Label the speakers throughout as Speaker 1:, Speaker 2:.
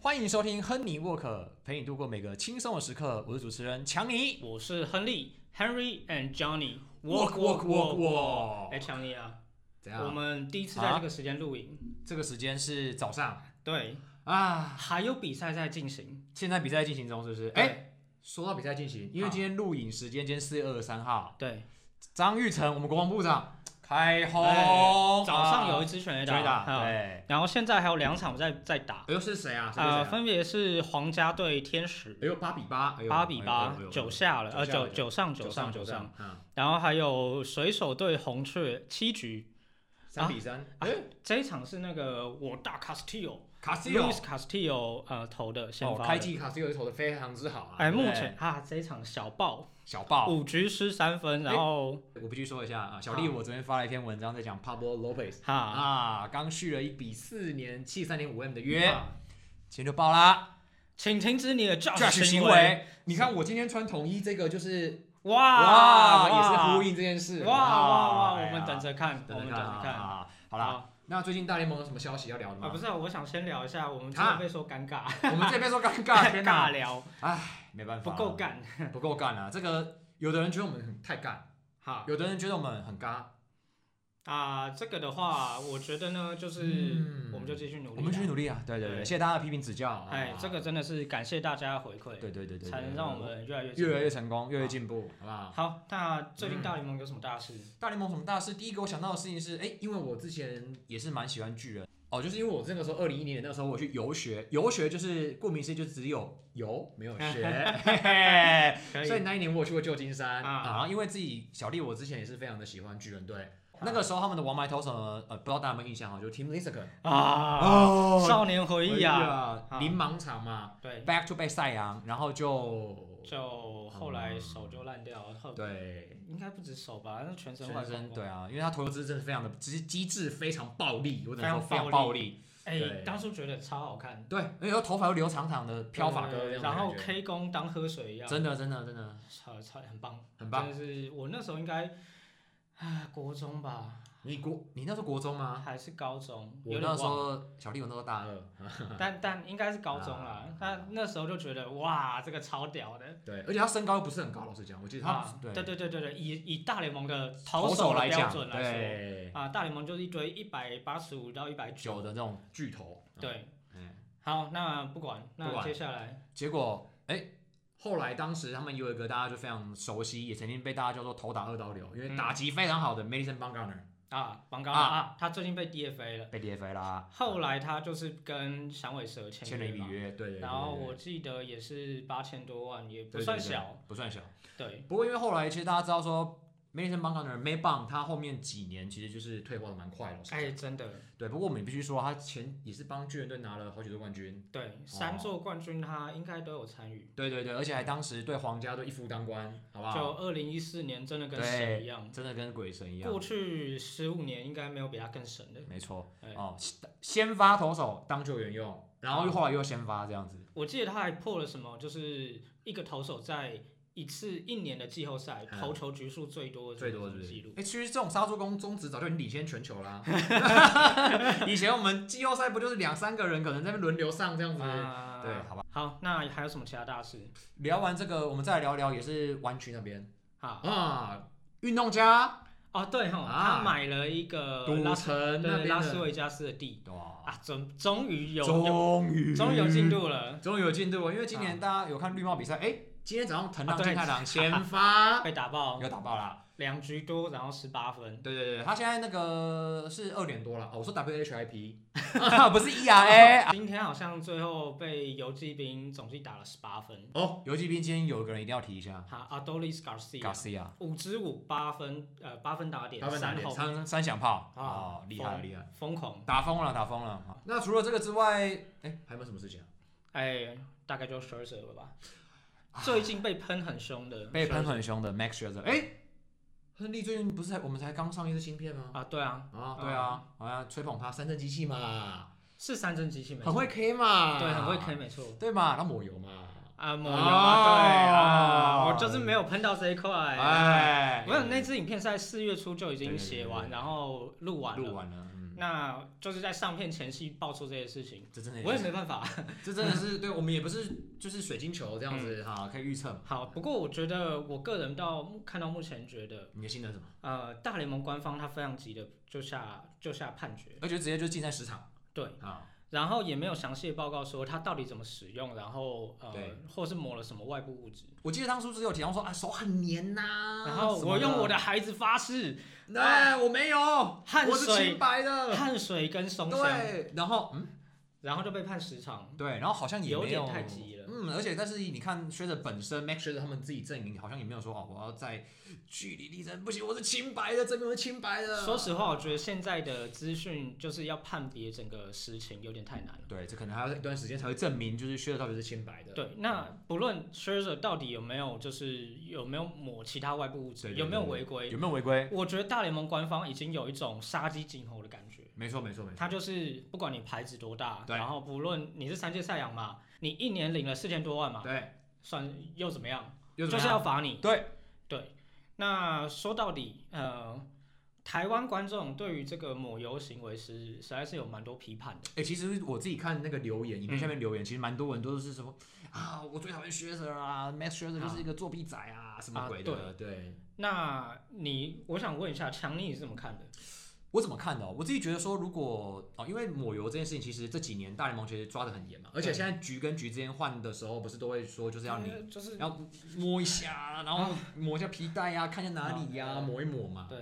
Speaker 1: 欢迎收听亨尼沃克，陪你度过每个轻松的时刻。我是主持人强尼。
Speaker 2: 我是亨利 Henry and Johnny。
Speaker 1: Walk, walk, walk, walk
Speaker 2: 哎，强尼啊，
Speaker 1: 怎
Speaker 2: 我们第一次在这个时间录影，
Speaker 1: 这个时间是早上
Speaker 2: 对，
Speaker 1: 啊，
Speaker 2: 还有比赛在进行。
Speaker 1: 现在比赛进行中，是不是？哎、说到比赛进行，因为今天录影时间，今天四月二十三号，
Speaker 2: 对，
Speaker 1: 张玉成，我们国防部长开
Speaker 2: 对
Speaker 1: 轰，
Speaker 2: 早上有一
Speaker 1: 一
Speaker 2: 支全垒
Speaker 1: 追打，
Speaker 2: 嗯
Speaker 1: 对，
Speaker 2: 然后现在还有两场在在打，
Speaker 1: 哎呦是谁啊？是谁
Speaker 2: 呃，
Speaker 1: 啊？
Speaker 2: 分别是皇家对天
Speaker 1: 哎
Speaker 2: 使，
Speaker 1: 呦八比八，哎呦
Speaker 2: 八比
Speaker 1: 哎
Speaker 2: 八
Speaker 1: 呦哎呦，
Speaker 2: 九下了，呃，
Speaker 1: 九下了
Speaker 2: 九九上
Speaker 1: 九
Speaker 2: 九
Speaker 1: 上
Speaker 2: 上
Speaker 1: 九
Speaker 2: 九上，
Speaker 1: 上，嗯，
Speaker 2: 然后还有水手对红雀七局，
Speaker 1: 三比三，
Speaker 2: 啊
Speaker 1: 哎，
Speaker 2: 这一场是那个我大 Castillo
Speaker 1: 卡西奥
Speaker 2: Luis Castillo 呃投的先
Speaker 1: 哦，
Speaker 2: 发
Speaker 1: 开
Speaker 2: 的，
Speaker 1: 季卡西奥投的非常之好啊，
Speaker 2: 哎，
Speaker 1: 对不
Speaker 2: 目
Speaker 1: 对
Speaker 2: 前啊这一场小爆。
Speaker 1: 小爆。
Speaker 2: 五局失三分，然后
Speaker 1: 我必须说一下啊，小丽，我昨天发了一篇文章在讲 Pablo Lopez
Speaker 2: 哈
Speaker 1: 啊，刚续了一笔四年七三点五 M 的约，
Speaker 2: 哈
Speaker 1: 钱就爆啦。
Speaker 2: 请停止你的
Speaker 1: Josh
Speaker 2: 教
Speaker 1: 行
Speaker 2: 为，
Speaker 1: 为，你看我今天穿统一这个就是
Speaker 2: 哇
Speaker 1: 哇，也是呼
Speaker 2: 应，
Speaker 1: 应这件事。
Speaker 2: 哇哇哇，
Speaker 1: 哎
Speaker 2: 我
Speaker 1: 呀
Speaker 2: 们等着看，我
Speaker 1: 等
Speaker 2: 们
Speaker 1: 着
Speaker 2: 等
Speaker 1: 看啊
Speaker 2: 着看。
Speaker 1: 啊。好啦，那最近大联盟有什么消息要聊的
Speaker 2: 啊，
Speaker 1: 吗
Speaker 2: 不？是啊，我想先聊一下，我们真
Speaker 1: 啊
Speaker 2: 的被说尴尬，
Speaker 1: 我们这边说尴尬，啊天
Speaker 2: 尬
Speaker 1: 哪，
Speaker 2: 聊
Speaker 1: 没办法，
Speaker 2: 不够，干，
Speaker 1: 不够干啊！这个有的人觉得我们很太干，
Speaker 2: 哈
Speaker 1: 有的人觉得我们很尬，
Speaker 2: 啊，这个的话，我觉得呢，就是
Speaker 1: 嗯
Speaker 2: 我们就继续努力，
Speaker 1: 我们继续。努力啊！对对对，
Speaker 2: 对
Speaker 1: 谢谢大家的批评指教啊。
Speaker 2: 哎，这个真的是感谢大家的回馈，
Speaker 1: 对对对对，
Speaker 2: 才能让我们越来越
Speaker 1: 越来
Speaker 2: 进
Speaker 1: 越成功，啊越来越进步，嗯好不
Speaker 2: 步
Speaker 1: 好？
Speaker 2: 好。那最近大联盟有什么大事？
Speaker 1: 大联盟什么大事？第一个我想到的事情是，哎、因为我之前也是蛮喜欢巨人哦，就是因为我那个时候二零一零年那个时候我去游学，游学就是顾名思义就只有游没有学， 嘿嘿
Speaker 2: 可
Speaker 1: 所以
Speaker 2: 以
Speaker 1: 那一年我有去过旧金山
Speaker 2: 啊
Speaker 1: 啊，然后因为自己小弟我之前也是非常的喜欢巨人队，那个时候他们的王牌投手呢呃不知道大家有没有印象哈，就是 Tim Lincecum
Speaker 2: 啊，
Speaker 1: 哦，
Speaker 2: 少年回忆啊，
Speaker 1: 啊
Speaker 2: 啊
Speaker 1: 零盲场嘛
Speaker 2: 对。
Speaker 1: ，back to back 赛扬，然后就
Speaker 2: 就后来手就烂掉，后
Speaker 1: 对
Speaker 2: 应该不止手吧，那全身
Speaker 1: 全
Speaker 2: 外
Speaker 1: 身
Speaker 2: 伤。，
Speaker 1: 对啊，因为他投资真的非常的机机制非常暴力，我只能说非
Speaker 2: 非
Speaker 1: 常
Speaker 2: 常
Speaker 1: 暴
Speaker 2: 暴
Speaker 1: 力。对
Speaker 2: 哎，当初觉得超好看，
Speaker 1: 对，而且他头发又留长长的飘发哥那
Speaker 2: 对
Speaker 1: 种感觉，
Speaker 2: 然后 K 弓当喝水一样，
Speaker 1: 真的真的真的
Speaker 2: 超超很棒，
Speaker 1: 很棒。
Speaker 2: 真的是我那时候应该啊国中吧，
Speaker 1: 你国你那时候国中吗？
Speaker 2: 还是高中，
Speaker 1: 我
Speaker 2: 有
Speaker 1: 那
Speaker 2: 点
Speaker 1: 时
Speaker 2: 忘了，嗯
Speaker 1: 候小弟我那时候大二，
Speaker 2: 但但应该是高中
Speaker 1: 啊
Speaker 2: 啦。但那时候就觉得哇，这个超屌的。
Speaker 1: 对，而且他身高又不是很高，老实讲，我记得他
Speaker 2: 啊，
Speaker 1: 对
Speaker 2: 对对对对对，以以大联盟的
Speaker 1: 投
Speaker 2: 手的
Speaker 1: 来
Speaker 2: 标
Speaker 1: 讲，
Speaker 2: 准来
Speaker 1: 对
Speaker 2: 说，啊，大联盟就是一堆一百八十五到一百
Speaker 1: 九
Speaker 2: 九，
Speaker 1: 的那种巨头，
Speaker 2: 对，
Speaker 1: 嗯，
Speaker 2: 好，那不管，
Speaker 1: 不
Speaker 2: 那
Speaker 1: 管
Speaker 2: 接下来
Speaker 1: 结果哎。后来，当时他们有一个大家就非常熟悉，也曾经被大家叫做“头打二刀流”，因为
Speaker 2: 嗯
Speaker 1: 打击非常好的 Madison b u n g a r n e r
Speaker 2: 啊，王刚
Speaker 1: 啊
Speaker 2: 啊他最近被 DFA 了。
Speaker 1: 被 DFA 啦，
Speaker 2: 后来他就是跟响尾蛇
Speaker 1: 签了一
Speaker 2: 约
Speaker 1: 笔
Speaker 2: 嘛，
Speaker 1: 约，对对对。
Speaker 2: 然后
Speaker 1: 对对
Speaker 2: 我记得也是八千多万，也不
Speaker 1: 对
Speaker 2: 算
Speaker 1: 对对
Speaker 2: 小。
Speaker 1: 不算小。
Speaker 2: 对，
Speaker 1: 不过因为后来其实大家知道说，Mason b u n g a n e r May b u n g 他后面几年其实就是退化的蛮快的。
Speaker 2: 哎，真的，
Speaker 1: 对，不过我们也必须说，他前也是帮巨人队拿了好几座冠军。
Speaker 2: 对，三座冠军他应该都有参与。
Speaker 1: 对对对，而且还当时对皇家队一夫当关，好不
Speaker 2: 就
Speaker 1: 好？
Speaker 2: 二零一四年真的跟
Speaker 1: 啊对
Speaker 2: 神一样，
Speaker 1: 真的跟鬼神一样
Speaker 2: 过。去十五年应该没有比他更神的。
Speaker 1: 没错，
Speaker 2: 哎
Speaker 1: 哦，先发投手当救援用，然
Speaker 2: 嗯
Speaker 1: 后又后来又先发这样子。
Speaker 2: 我记得他还破了什么，就是一个投手在一次一年的季后赛
Speaker 1: 嗯
Speaker 2: 投球局数最多的
Speaker 1: 最多是不是
Speaker 2: 记录？
Speaker 1: 哎、其实这种杀猪工中职早就已经领先全球 啦、 以前我们季后赛不就是两三个人可能在那边轮流上这样子？
Speaker 2: 啊
Speaker 1: 对，好吧。
Speaker 2: 好，那还有什么其他大事
Speaker 1: 聊完这个，我们再来聊聊也是湾区那边
Speaker 2: 啊？
Speaker 1: 啊，运动家
Speaker 2: 哦，对吼，
Speaker 1: 啊
Speaker 2: 他买了一个
Speaker 1: 赌
Speaker 2: 呃拉斯
Speaker 1: 城那
Speaker 2: 对
Speaker 1: 边
Speaker 2: 拉斯
Speaker 1: 的
Speaker 2: 维加斯的地
Speaker 1: 哇，
Speaker 2: 啊，终终于有有
Speaker 1: 终于
Speaker 2: 终于有进，度啊了，
Speaker 1: 终于有进度了，因为今年大家有看绿帽比赛，哎，今天早上
Speaker 2: 啊
Speaker 1: 藤浪金太 郎先发
Speaker 2: 被打爆
Speaker 1: 有打爆啦，
Speaker 2: 两局多，然后十八分，
Speaker 1: 对对对，他现在那个是二点多了，哦，我说 WHIP 不是 E ERA
Speaker 2: 哎今天好像最后被游击兵总计打了十八分，
Speaker 1: 哦，游击兵今天有一个人一定要提一下
Speaker 2: 哈，Adolis Garcia
Speaker 1: ，Garcia，
Speaker 2: 五支五八分，呃，八分打点，
Speaker 1: 他们打点
Speaker 2: 三轰
Speaker 1: 三三响炮
Speaker 2: 啊
Speaker 1: 哦，厉害了
Speaker 2: 疯
Speaker 1: 厉害了，
Speaker 2: 疯狂，
Speaker 1: 打疯了打疯了。好那除了这个之外，哎，还有没有什么事情啊？
Speaker 2: 哎，大概就 s h i r z e r 了吧，最近被喷很凶的，
Speaker 1: 被喷
Speaker 2: Scherzer
Speaker 1: 很凶的 Max Scherzer，哎、亨利最近不是才我们才刚上一支芯片吗？
Speaker 2: 啊，对啊，
Speaker 1: 啊，对啊，好像吹捧他三针机器嘛，
Speaker 2: 是三针机器没错
Speaker 1: 很会啊 K 嘛，
Speaker 2: 对，很会 K，没错。
Speaker 1: 对嘛，他抹油嘛，
Speaker 2: 啊，抹油啊，对啊，
Speaker 1: 哦
Speaker 2: 我就是没有喷到这一块。
Speaker 1: 哎，
Speaker 2: 我有那支影片是在四月初就已经
Speaker 1: 对对
Speaker 2: 写
Speaker 1: 对
Speaker 2: 完，
Speaker 1: 对
Speaker 2: 然后录完
Speaker 1: 录
Speaker 2: 了，
Speaker 1: 完了，嗯，
Speaker 2: 那就是在上片前夕爆出这些事情，
Speaker 1: 这真的也
Speaker 2: 我也
Speaker 1: 是，
Speaker 2: 没办法。
Speaker 1: 这真的 是对我们也不是就是水晶球这样子哈，可以预测嘛
Speaker 2: 好，不过我觉得我个人到目看到目前觉得，
Speaker 1: 你的心得是什么？
Speaker 2: 呃，大联盟官方他非常急的就下就下判决，
Speaker 1: 而且直接就禁赛十场
Speaker 2: 对，
Speaker 1: 啊，
Speaker 2: 然后也没有详细的报告说它到底怎么使用，然后呃
Speaker 1: 对，
Speaker 2: 或是抹了什么外部物质。
Speaker 1: 我记得当初只有提到说啊手很黏呐，
Speaker 2: 然后
Speaker 1: 什么
Speaker 2: 我用我的，孩子发誓，
Speaker 1: 哎我没有，
Speaker 2: 汗
Speaker 1: 我是清
Speaker 2: 水、
Speaker 1: 白的，
Speaker 2: 汗水跟松香，
Speaker 1: 对，然后嗯
Speaker 2: 然后就被判十场，
Speaker 1: 对，然后好像也
Speaker 2: 有
Speaker 1: 没
Speaker 2: 点
Speaker 1: 有
Speaker 2: 太急了。
Speaker 1: 嗯，而且但是你看靴子本身，Max 靴子他们自己阵营好像也没有说哦，我要在据理力争，不行，我是清白的，证明我是清白的。
Speaker 2: 说实话，我觉得现在的资讯就是要判别整个实情有点太难了。
Speaker 1: 对，这可能还要一段时间才会证明，就是靴子到底是清白的。
Speaker 2: 对，那不论 Scherzer 到底有没有就是有没有抹其他外部物
Speaker 1: 对
Speaker 2: 质，
Speaker 1: 对
Speaker 2: 有没有
Speaker 1: 对对
Speaker 2: 违规，
Speaker 1: 有没有违规？
Speaker 2: 我觉得大联盟官方已经有一种杀鸡儆猴的感觉。
Speaker 1: 没错，没错，没错。
Speaker 2: 它就是不管你牌子多大，
Speaker 1: 对
Speaker 2: 然后不论你是三届赛扬嘛，你一年领了四千多万嘛，
Speaker 1: 对，
Speaker 2: 算又怎么样？
Speaker 1: 又怎
Speaker 2: 就
Speaker 1: 么
Speaker 2: 是
Speaker 1: 样
Speaker 2: 要罚你。
Speaker 1: 对
Speaker 2: 对，那说到底，呃，台湾观众对于这个抹油行为是实在是有蛮多批判的。
Speaker 1: 哎、其实我自己看那个留言，影片
Speaker 2: 嗯
Speaker 1: 下面留言，其实蛮多人都是什么啊，我最讨厌靴子啊，Max 靴子就是一个作弊仔啊，什么
Speaker 2: 啊
Speaker 1: 鬼的。对，
Speaker 2: 那你，我想问一下，强尼你是怎么看的？
Speaker 1: 我怎么看的哦、我自己觉得说，如果哦，因为抹油这件事情，其实这几年大联盟其实抓的很严嘛，而且
Speaker 2: 对
Speaker 1: 现在局跟局之间换的时候，不是都会说就是要你
Speaker 2: 呃就是
Speaker 1: 要摸一下，然后抹一下皮带呀、看一下哪里呀、
Speaker 2: 啊
Speaker 1: 抹一抹嘛。
Speaker 2: 对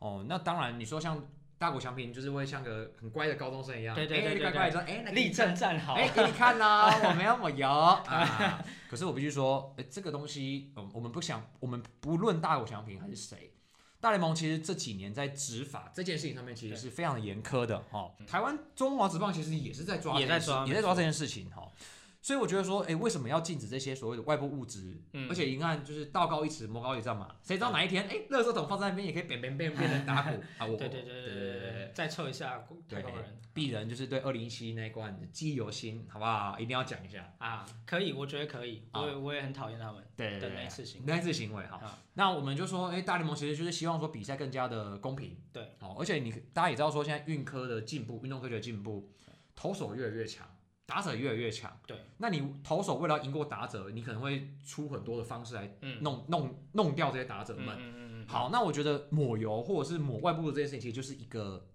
Speaker 1: 哦，那当然，你说像大谷翔平，就是会像个很乖的高中生一样，
Speaker 2: 对对对
Speaker 1: 哎
Speaker 2: 对
Speaker 1: 乖乖地说，哎，那个
Speaker 2: 立正站好。
Speaker 1: 哎，给你看啦， 我没有抹油啊。可是我必须说，哎，这个东西，嗯，我们不想，我们不论大谷翔平还是谁，大联盟其实这几年在执法这件事情上面，其实是非常的严苛的哈、哦。台湾中华职棒其实也是在抓这
Speaker 2: 也
Speaker 1: 件
Speaker 2: 在
Speaker 1: 事，
Speaker 2: 抓
Speaker 1: 也在
Speaker 2: 没
Speaker 1: 抓
Speaker 2: 错
Speaker 1: 这件事情哈、哦。所以我觉得说，哎，为什么要禁止这些所谓的外部物质？
Speaker 2: 嗯
Speaker 1: 而且一看就是道高一尺，魔高一丈嘛。谁知道哪一天，哎，垃圾桶放在那边也可以变变变变成打鼓啊！我
Speaker 2: 对对对
Speaker 1: 对
Speaker 2: 对对对，再测一下台湾人
Speaker 1: 鄙人就是对二零一七那一关记忆犹新，好不好？一定要讲一下。
Speaker 2: 啊，可以，我觉得可以，
Speaker 1: 啊
Speaker 2: 我也我也很讨厌他们
Speaker 1: 对
Speaker 2: 的那一次行为。
Speaker 1: 那一次行为哈。
Speaker 2: 啊
Speaker 1: 那我们就说，哎、大联盟其实就是希望说比赛更加的公平。
Speaker 2: 对，
Speaker 1: 哦，而且你大家也知道说，现在运科的进步，运动科学的进步，投手越来越强，打者越来越强。
Speaker 2: 对，
Speaker 1: 那你投手为了要赢过打者，你可能会出很多的方式来
Speaker 2: 嗯，
Speaker 1: 弄、弄弄掉这些打者
Speaker 2: 嗯
Speaker 1: 们。
Speaker 2: 嗯嗯嗯，
Speaker 1: 好，那我觉得抹油或者是抹外部的这件事情，其实就是一个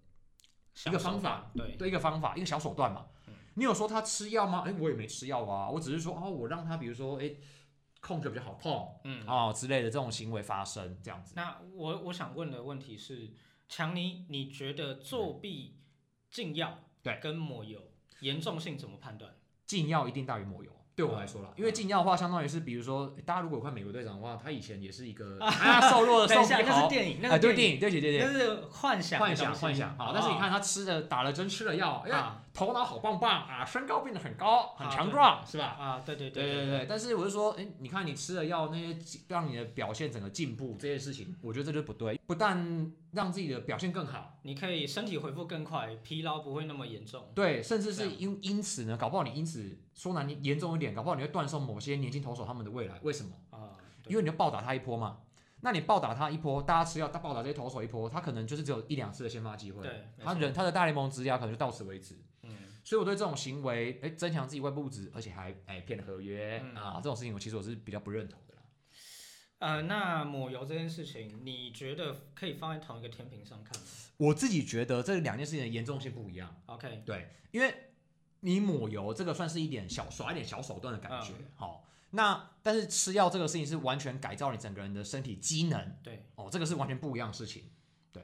Speaker 2: 小
Speaker 1: 一个
Speaker 2: 手
Speaker 1: 方
Speaker 2: 段，对，
Speaker 1: 对一个方法，一个小手段嘛
Speaker 2: 嗯。
Speaker 1: 你有说他吃药吗？哎、我也没吃药啊，我只是说哦，我让他比如说哎、控制比较好碰，
Speaker 2: 嗯，
Speaker 1: 哦之类的这种行为发生，这样子。
Speaker 2: 那我我想问的问题是，强尼，你觉得作弊、禁药
Speaker 1: 嗯对
Speaker 2: 跟抹油严重性怎么判断？
Speaker 1: 禁药一定大于抹油，对我来说
Speaker 2: 嗯
Speaker 1: 啦，因为禁药的话，相当于是比如说大家如果看美国队长的话，他以前也是一 个啊瘦弱的
Speaker 2: 等
Speaker 1: 瘦
Speaker 2: 一下，
Speaker 1: 皮
Speaker 2: 那是
Speaker 1: 猴，
Speaker 2: 电影，那
Speaker 1: 哎
Speaker 2: 是
Speaker 1: 对
Speaker 2: 电影，
Speaker 1: 电影，对对对
Speaker 2: 那
Speaker 1: 对，
Speaker 2: 是幻想的
Speaker 1: 幻想
Speaker 2: 东西
Speaker 1: 幻想好，但是你看他吃的打了针吃了药，哎呀，
Speaker 2: 啊
Speaker 1: 头脑好棒棒啊，身高变得很高，很
Speaker 2: 啊
Speaker 1: 强
Speaker 2: 对
Speaker 1: 壮，是吧？
Speaker 2: 啊，对对
Speaker 1: 对对对，但是我是说，哎、你看你吃了药那些让你的表现整个进步这些事情，我觉得这就不对，不但让自己的表现更好，
Speaker 2: 你可以身体恢复更快，疲劳不会那么严重。
Speaker 1: 对，甚至
Speaker 2: 这
Speaker 1: 是
Speaker 2: 样
Speaker 1: 因因此呢，搞不好你因此说难听严重一点，搞不好你会断送某些年轻投手他们的未来。为什么？
Speaker 2: 啊，对
Speaker 1: 因为你要暴打他一波嘛。那你暴打他一波，大家吃药，他暴打这些投手一波，他可能就是只有一两次的先发机会。
Speaker 2: 对，没
Speaker 1: 他
Speaker 2: 错
Speaker 1: 人他的大联盟职涯可能就到此为止。
Speaker 2: 嗯
Speaker 1: 所以我对这种行为，哎，增强自己外部物质，而且还哎骗了合约、
Speaker 2: 嗯
Speaker 1: 啊，这种事情我其实我是比较不认同的啦。
Speaker 2: 呃，那抹油这件事情，你觉得可以放在同一个天平上看吗
Speaker 1: 我自己觉得这两件事情的严重性不一样。
Speaker 2: ？OK，
Speaker 1: 对，因为你抹油这个算是一点小耍一点小手段的感觉
Speaker 2: 嗯，
Speaker 1: 好、那但是吃药这个事情是完全改造你整个人的身体机能，
Speaker 2: 对，
Speaker 1: 哦，这个是完全不一样的事情。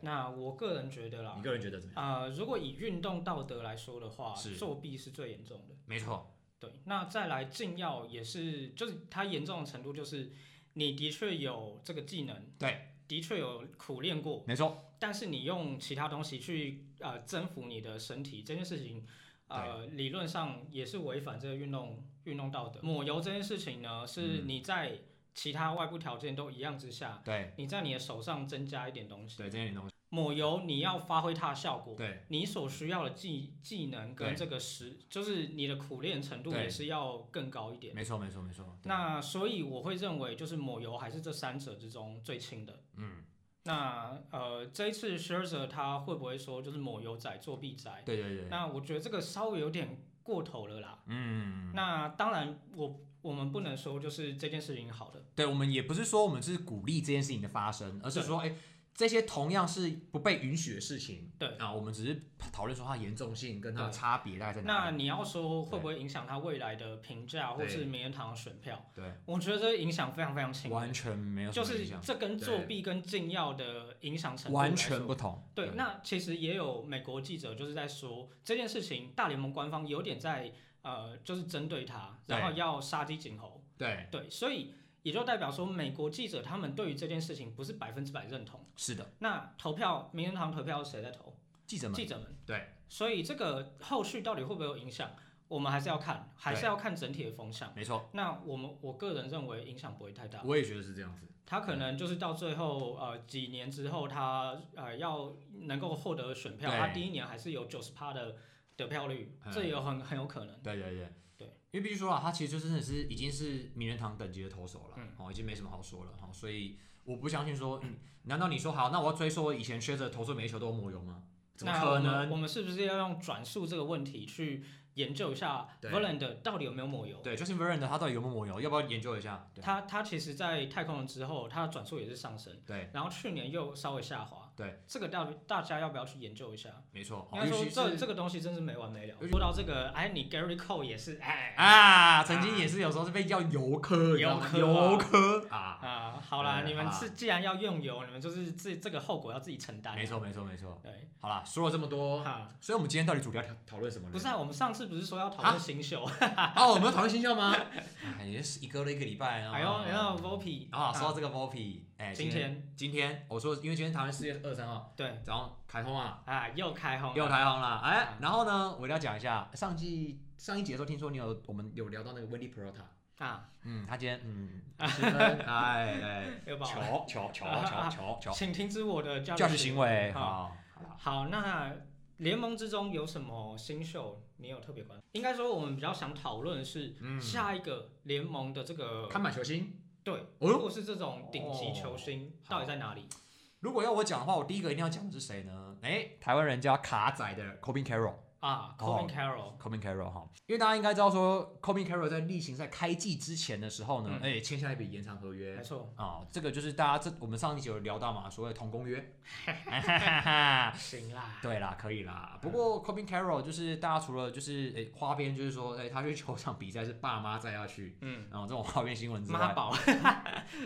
Speaker 2: 那我个人觉得啦
Speaker 1: 啊你，个人觉得怎么样？
Speaker 2: 呃，如果以运动道德来说的话
Speaker 1: 是，
Speaker 2: 作弊是最严重的。
Speaker 1: 没错，
Speaker 2: 对，那再来禁药也是，就是它严重的程度就是，你的确有这个技能，
Speaker 1: 对，
Speaker 2: 的确有苦练过，
Speaker 1: 没错，
Speaker 2: 但是你用其他东西去呃征服你的身体这件事情，呃，理论上也是违反这个运动运动道德。抹油这件事情呢，是
Speaker 1: 嗯
Speaker 2: 你在其他外部条件都一样之下，
Speaker 1: 对
Speaker 2: 你在你的手上增加一点东西，
Speaker 1: 对，这些东西
Speaker 2: 抹油你要发挥它的效果，
Speaker 1: 嗯对，
Speaker 2: 你所需要的技技能
Speaker 1: 对
Speaker 2: 跟这个实，就是你的苦练程度
Speaker 1: 对嗯
Speaker 2: 也是要更高一点。
Speaker 1: 没错没错没错。对
Speaker 2: 那所以我会认为，就是抹油还是这三者之中最轻的。
Speaker 1: 嗯，
Speaker 2: 那呃，这一次 Scherzer 他会不会说就是抹油仔作弊仔？
Speaker 1: 对对对，
Speaker 2: 那我觉得这个稍微有点过头了啦。
Speaker 1: 嗯，
Speaker 2: 那当然我，我们不能说就是这件事情好的，
Speaker 1: 对我们也不是说我们是鼓励这件事情的发生，而是说哎。这些同样是不被允许的事情，
Speaker 2: 对
Speaker 1: 啊，我们只是讨论说它的严重性跟它的
Speaker 2: 对
Speaker 1: 差别大概在哪
Speaker 2: 那
Speaker 1: 里。
Speaker 2: 你要说会不会影响他未来的评价，
Speaker 1: 对
Speaker 2: 或是名人堂的选票？
Speaker 1: 对，
Speaker 2: 我觉得这影响非常非常轻微，
Speaker 1: 完全没有什
Speaker 2: 就
Speaker 1: 么影
Speaker 2: 是
Speaker 1: 响，
Speaker 2: 这跟作弊跟禁药的影响程度来
Speaker 1: 完
Speaker 2: 说
Speaker 1: 全不同。
Speaker 2: 对。那其实也有美国记者就是在说这件事情，大联盟官方有点在呃，就是针对他，
Speaker 1: 对
Speaker 2: 然后要杀鸡儆猴，
Speaker 1: 对，
Speaker 2: 对，所以也就代表说美国记者他们对于这件事情不是百分之百认同。
Speaker 1: 是的，
Speaker 2: 那投票名人堂投票是谁在投？
Speaker 1: 记者们
Speaker 2: 记者们。
Speaker 1: 对，
Speaker 2: 所以这个后续到底会不会有影响，我们还是要看，还是要看整体的风向。
Speaker 1: 没错，
Speaker 2: 那我们我个人认为影响不会太大，
Speaker 1: 我也觉得是这样子。
Speaker 2: 他可能就是到最后呃几年之后他，呃要能够获得选票，
Speaker 1: 对
Speaker 2: 他第一年还是有九十趴的得票率
Speaker 1: 嗯，
Speaker 2: 这也有很很有可能。
Speaker 1: 对对对
Speaker 2: 对，
Speaker 1: 因为必须说啊，他其实就真的是已经是名人堂等级的投手了，
Speaker 2: 嗯
Speaker 1: 哦，已经没什么好说了哈、哦，所以我不相信说，嗯，难道你说好，那我要追溯我以前学着投出每一球都有抹油吗？怎么
Speaker 2: 那
Speaker 1: 可
Speaker 2: 我们
Speaker 1: 能？
Speaker 2: 我们是不是要用转速这个问题去研究一下
Speaker 1: 对
Speaker 2: Verlander 到底有没有抹油？
Speaker 1: 对，Justin Verlander 他到底有没有抹油？要不要研究一下？对
Speaker 2: 他他其实，在太空人之后，他的转速也是上升，
Speaker 1: 对，
Speaker 2: 然后去年又稍微下滑。
Speaker 1: 对，
Speaker 2: 这个大大家要不要去研究一下？
Speaker 1: 没错，
Speaker 2: 嗯
Speaker 1: 哦
Speaker 2: 应该
Speaker 1: 尤
Speaker 2: 说
Speaker 1: 其
Speaker 2: 这
Speaker 1: 是
Speaker 2: 这个东西真是没完没了
Speaker 1: 尤其。
Speaker 2: 说到这个，哎，你 Gary Cole 也是哎
Speaker 1: 啊，曾经也是有时候是被叫油科，你知道吗
Speaker 2: 油科啊
Speaker 1: 油科啊，
Speaker 2: 啊，好啦，
Speaker 1: 哎
Speaker 2: 你
Speaker 1: 好啦
Speaker 2: 们是既然要用油，你们就是这这个后果要自己承担。
Speaker 1: 啊没错，没错没错。
Speaker 2: 对，
Speaker 1: 好啦，说了这么多，
Speaker 2: 哈，
Speaker 1: 所以我们今天到底主题要讨讨论什么呢？
Speaker 2: 不是啊，我们上次不是说要讨论新秀？
Speaker 1: 啊哦，我们有讨论新秀吗？ 哎，也是一隔了一个礼拜啊。
Speaker 2: 哎呦，然后 Vopi
Speaker 1: 啊，说到这个 Vopi，哎、
Speaker 2: 今天
Speaker 1: 今天哦我说，因为今天台湾四月二三号，
Speaker 2: 对
Speaker 1: 然后开通啊，
Speaker 2: 啊又开红
Speaker 1: 又
Speaker 2: 了，
Speaker 1: 开通了，哎、
Speaker 2: 嗯
Speaker 1: 然后呢，我一定要讲一下，上季上一节的时候，听说你有我们有聊到那个 Wendy Prota，
Speaker 2: 啊
Speaker 1: 嗯，他今天嗯失 分，哎
Speaker 2: 又
Speaker 1: 哎，
Speaker 2: 爆
Speaker 1: 球
Speaker 2: 了。
Speaker 1: 球球球球 球，
Speaker 2: 请停止我的教
Speaker 1: 教学行为，哦
Speaker 2: 好
Speaker 1: 好，
Speaker 2: 好，那联盟之中有什么新秀你有特别关注？应该说我们比较想讨论的是
Speaker 1: 嗯，
Speaker 2: 下一个联盟的这个、
Speaker 1: 看板球星，
Speaker 2: 对，
Speaker 1: 哦
Speaker 2: 如果是这种顶级球星、
Speaker 1: 好
Speaker 2: 到底在哪里？
Speaker 1: 如果要我讲的话，我第一个一定要讲的是谁呢？哎、台湾人叫卡仔的 Cobin Carroll。
Speaker 2: 啊
Speaker 1: 哦
Speaker 2: ，Colin Carroll，、
Speaker 1: Corbin Carroll 哈，因为大家应该知道说，Corbin Carroll 在例行赛开季之前的时候呢，
Speaker 2: 嗯
Speaker 1: 哎、签下一笔延长合约
Speaker 2: 没错，
Speaker 1: 啊、这个就是大家这我们上一集有聊到嘛，所谓的同工 约，哎哈哈哈
Speaker 2: 行啦，
Speaker 1: 对啦，可以啦。不过 Corbin Carroll 就是大家除了就是哎、花边，就是说哎、他去球场比赛是爸妈载他去，
Speaker 2: 嗯，
Speaker 1: 然后这种花边新闻之
Speaker 2: 妈
Speaker 1: 外，
Speaker 2: 宝、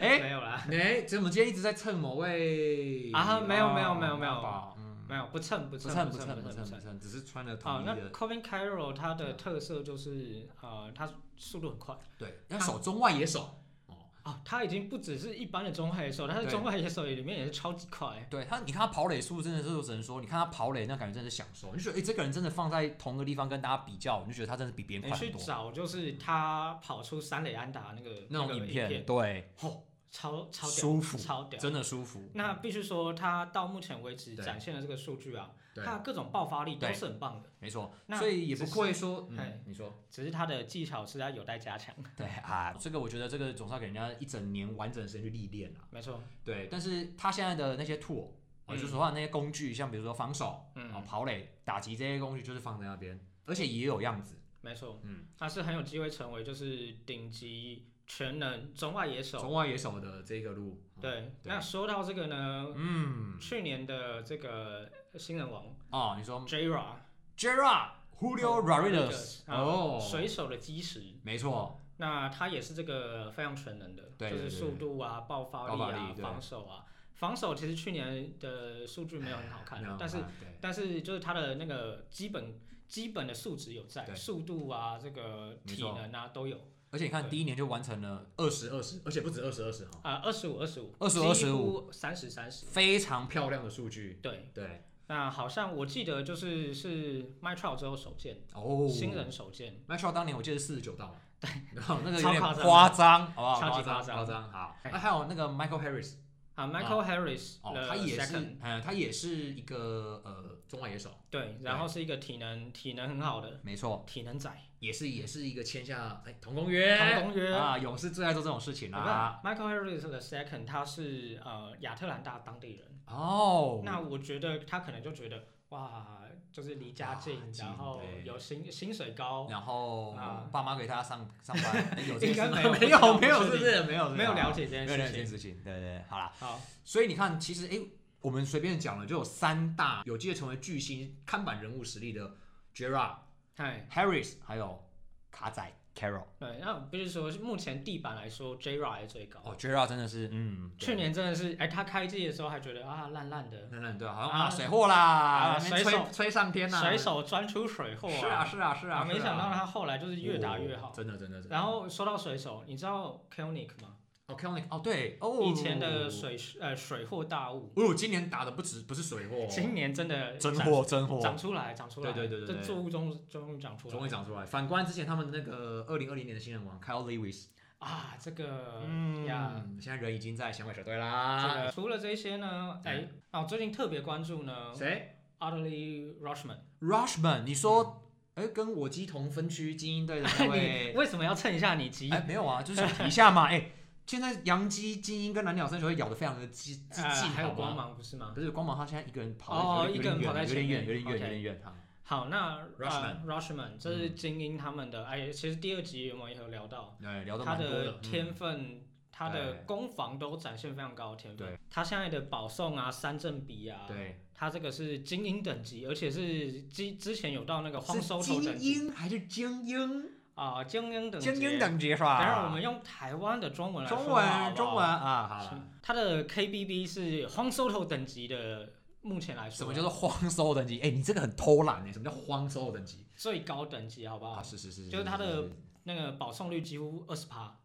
Speaker 1: 哎
Speaker 2: 没有啦，
Speaker 1: 哎，怎么今天一直在蹭某位
Speaker 2: 啊没有没有没有没有
Speaker 1: 妈宝嗯，
Speaker 2: 没有不蹭不
Speaker 1: 不
Speaker 2: 蹭
Speaker 1: 蹭不
Speaker 2: 不
Speaker 1: 蹭
Speaker 2: 蹭
Speaker 1: 不蹭
Speaker 2: 蹭
Speaker 1: 不。蹭，只是穿了
Speaker 2: 好、
Speaker 1: 统一
Speaker 2: 那
Speaker 1: 的，啊
Speaker 2: Colin Carroll 他的特色就是呃，他速度很快
Speaker 1: 对，要守中外野手。哦。
Speaker 2: 哦，他已经不只是一般的中外野手，他的
Speaker 1: 对
Speaker 2: 中外野手里面也是超级快。
Speaker 1: 对他，你看他跑垒数真的是，我只能说，你看他跑垒那感觉真的是享受，你就觉得哎、诶这个人真的放在同个地方跟大家比较，你就觉得他真的比别人
Speaker 2: 你
Speaker 1: 快
Speaker 2: 去
Speaker 1: 很多。
Speaker 2: 找就是他跑出三垒安打那个
Speaker 1: 那种
Speaker 2: 个
Speaker 1: 影
Speaker 2: 影
Speaker 1: 片，，对，
Speaker 2: 吼，超超屌
Speaker 1: 舒服
Speaker 2: 超屌。
Speaker 1: 真的舒服。
Speaker 2: 那必须说，他到目前为止
Speaker 1: 对
Speaker 2: 展现的这个数据啊，
Speaker 1: 对，
Speaker 2: 他的各种爆发力都
Speaker 1: 对
Speaker 2: 是很棒的，
Speaker 1: 没错，
Speaker 2: 那
Speaker 1: 所以也不
Speaker 2: 只是
Speaker 1: 愧说，嗯
Speaker 2: 哎，
Speaker 1: 你说，
Speaker 2: 只是他的技巧是在有待加强。
Speaker 1: 对啊，这个我觉得这个总是要给人家一整年完整的时间去历练啦。
Speaker 2: 没错，
Speaker 1: 对，但是他现在的那些 tool，啊，就是说他那些工具，像比如说防守、啊
Speaker 2: 嗯，
Speaker 1: 跑垒、打击这些工具，就是放在那边，而且也有样子。
Speaker 2: 没错，
Speaker 1: 嗯，
Speaker 2: 他是很有机会成为就是顶级全能中外野手。
Speaker 1: 中外野手的这个路，啊，
Speaker 2: 对，
Speaker 1: 对
Speaker 2: 那说到这个呢，
Speaker 1: 嗯，
Speaker 2: 去年的这个新人王
Speaker 1: 哦，你说
Speaker 2: Jra
Speaker 1: Gerard Julio 哦 Rodriguez，哦，
Speaker 2: 啊水手的基石，
Speaker 1: 没错，
Speaker 2: 那他也是这个非常全能的，
Speaker 1: 对
Speaker 2: 就
Speaker 1: 对对
Speaker 2: 是速度啊、爆发力
Speaker 1: 爆发
Speaker 2: 啊
Speaker 1: 力、对
Speaker 2: 防守啊。防守其实去年的数据没有很好看
Speaker 1: 那，
Speaker 2: 但是
Speaker 1: 啊对
Speaker 2: 但是就是他的那个基本基本的素质有在
Speaker 1: 对，
Speaker 2: 速度啊、这个
Speaker 1: 没
Speaker 2: 体
Speaker 1: 错
Speaker 2: 能啊都有。
Speaker 1: 而且你看
Speaker 2: 对
Speaker 1: 第一年就完成了二十二十，而且不止二十二十哈，
Speaker 2: 啊，二十五、二十五、
Speaker 1: 25
Speaker 2: 三十、三十。
Speaker 1: 非常漂亮的数据，
Speaker 2: 对，
Speaker 1: 对，
Speaker 2: 那好像我记得就是是 m y t r o 之后首见，
Speaker 1: 哦，
Speaker 2: 新人首见。
Speaker 1: m a t r o 当年我记得是四十九道，对，然后那个有
Speaker 2: 超
Speaker 1: 点
Speaker 2: 夸
Speaker 1: 夸张，
Speaker 2: 张
Speaker 1: 好不好？
Speaker 2: 超级
Speaker 1: 夸
Speaker 2: 夸张
Speaker 1: 夸张，好。啊
Speaker 2: 哎
Speaker 1: 那还有那个 Michael Harris，
Speaker 2: 啊，Michael Harris
Speaker 1: 哦，
Speaker 2: 的
Speaker 1: 他也是
Speaker 2: second，，
Speaker 1: 呃，他也是一个呃中外野手，
Speaker 2: 对，然后是一个体能体能很好的
Speaker 1: 没错，
Speaker 2: 体能仔，
Speaker 1: 也是也是一个签下哎同公
Speaker 2: 唐
Speaker 1: 约
Speaker 2: 公约。
Speaker 1: 啊，勇士最爱做这种事情啊
Speaker 2: 我
Speaker 1: 啦。
Speaker 2: 看 Michael Harris 的 second，他是呃亚特兰大当地人，
Speaker 1: 哦，
Speaker 2: 那我觉得他可能就觉得哇，就是离家近
Speaker 1: 哇，近
Speaker 2: 然后
Speaker 1: 对
Speaker 2: 有薪薪水高，
Speaker 1: 然后
Speaker 2: 啊
Speaker 1: 爸妈给他上上 班，哎有这
Speaker 2: 应
Speaker 1: 个
Speaker 2: 该
Speaker 1: 事吗
Speaker 2: 没
Speaker 1: 没
Speaker 2: 有不知道
Speaker 1: 有没有
Speaker 2: 不
Speaker 1: 是
Speaker 2: 确
Speaker 1: 不
Speaker 2: 定
Speaker 1: 是没有
Speaker 2: 没有了
Speaker 1: 解
Speaker 2: 解这
Speaker 1: 没
Speaker 2: 件
Speaker 1: 有了解这件
Speaker 2: 事情。
Speaker 1: 事情，对对对，好啦。
Speaker 2: 好，
Speaker 1: 所以你看，其实哎，我们随便讲了，就有三大有机会成为巨星、看板人物实力的 Gerard、
Speaker 2: 嗨，
Speaker 1: Harris，还有卡仔 Carroll。
Speaker 2: 对，那必须说，目前地板来说，J Ra 还最高。
Speaker 1: 哦，Gerard 真的是，嗯，对
Speaker 2: 去年真的是，哎，他开季的时候还觉得啊烂烂的，
Speaker 1: 那那对，好像
Speaker 2: 啊
Speaker 1: 啊水货啦，
Speaker 2: 啊
Speaker 1: 那边
Speaker 2: 水手
Speaker 1: 吹吹上天呐，
Speaker 2: 水手钻出水货
Speaker 1: 是啊是啊是啊，
Speaker 2: 啊，没
Speaker 1: 是啊
Speaker 2: 想到他后来就是越打越
Speaker 1: 哦
Speaker 2: 好。
Speaker 1: 真的真的真的。
Speaker 2: 然后说到水手，你知道 k o n i c 吗？
Speaker 1: 哦 k e l n i c 哦对哦，
Speaker 2: 以前的，水呃水货大物，
Speaker 1: 哦今年打的不止不是水 货，
Speaker 2: 今年真的
Speaker 1: 哦真
Speaker 2: 长
Speaker 1: 货真货，
Speaker 2: 长出来，长出来，
Speaker 1: 对对对对对
Speaker 2: 这作物中终于长出
Speaker 1: 终于
Speaker 2: 来
Speaker 1: 长出来。反观之前他们那个二零二零年的新人王 Kyle Lewis，
Speaker 2: 啊！这个
Speaker 1: 嗯啊
Speaker 2: 呀，
Speaker 1: 现在人已经在响尾蛇队
Speaker 2: 这
Speaker 1: 啦。
Speaker 2: 个除了这些呢，哎，啊，我最近特别关注呢
Speaker 1: 嗯谁
Speaker 2: a d l e y Rushman，
Speaker 1: ？Rushman，你说，哎，跟我鸡同分区精英队的那
Speaker 2: 你
Speaker 1: 位，
Speaker 2: 为什么要蹭一下你急？
Speaker 1: 哎，没有啊，就是提一下 嘛，哎。现在洋基、精英跟蓝鸟三球会咬得非常的激激
Speaker 2: 啊
Speaker 1: 进，
Speaker 2: 还有
Speaker 1: 好吗
Speaker 2: 光芒不是吗？
Speaker 1: 不是光芒，他现在一个人跑
Speaker 2: 哦
Speaker 1: 得有
Speaker 2: 一
Speaker 1: 点，
Speaker 2: 个人跑在
Speaker 1: 有点
Speaker 2: 前
Speaker 1: 远，
Speaker 2: 面
Speaker 1: 有点远，有点远，有
Speaker 2: OK
Speaker 1: 点远。好
Speaker 2: 好，那
Speaker 1: Rushman 嗯
Speaker 2: r u s h m a n 这是精英他们的，哎，其实第二集我们也有聊到，
Speaker 1: 对，聊得
Speaker 2: 他
Speaker 1: 蛮多
Speaker 2: 的
Speaker 1: 的。
Speaker 2: 天
Speaker 1: 嗯
Speaker 2: 分，他
Speaker 1: 对
Speaker 2: 的攻防都展现非常高的天分
Speaker 1: 对。
Speaker 2: 他现在的保送啊、三振比啊，
Speaker 1: 对，
Speaker 2: 他这个是精英等级，而且是之之前有到那个荒收
Speaker 1: 是
Speaker 2: 头
Speaker 1: 精
Speaker 2: 等级
Speaker 1: 英还是精英？
Speaker 2: 啊，精英等级。
Speaker 1: 精英。等级是吧？
Speaker 2: 当然，我们用台湾的中文来说
Speaker 1: 中
Speaker 2: 好
Speaker 1: 文
Speaker 2: 不好
Speaker 1: 中文啊，好
Speaker 2: 是
Speaker 1: 了。
Speaker 2: 他的 KBB 是荒收头等级的，目前来说
Speaker 1: 什么叫做荒收等级？哎、你这个很偷懒哎！什么叫荒收等级？
Speaker 2: 最高等级？好不好
Speaker 1: 啊，？是是是，
Speaker 2: 就是他的
Speaker 1: 是是
Speaker 2: 那个保送率几乎二十趴，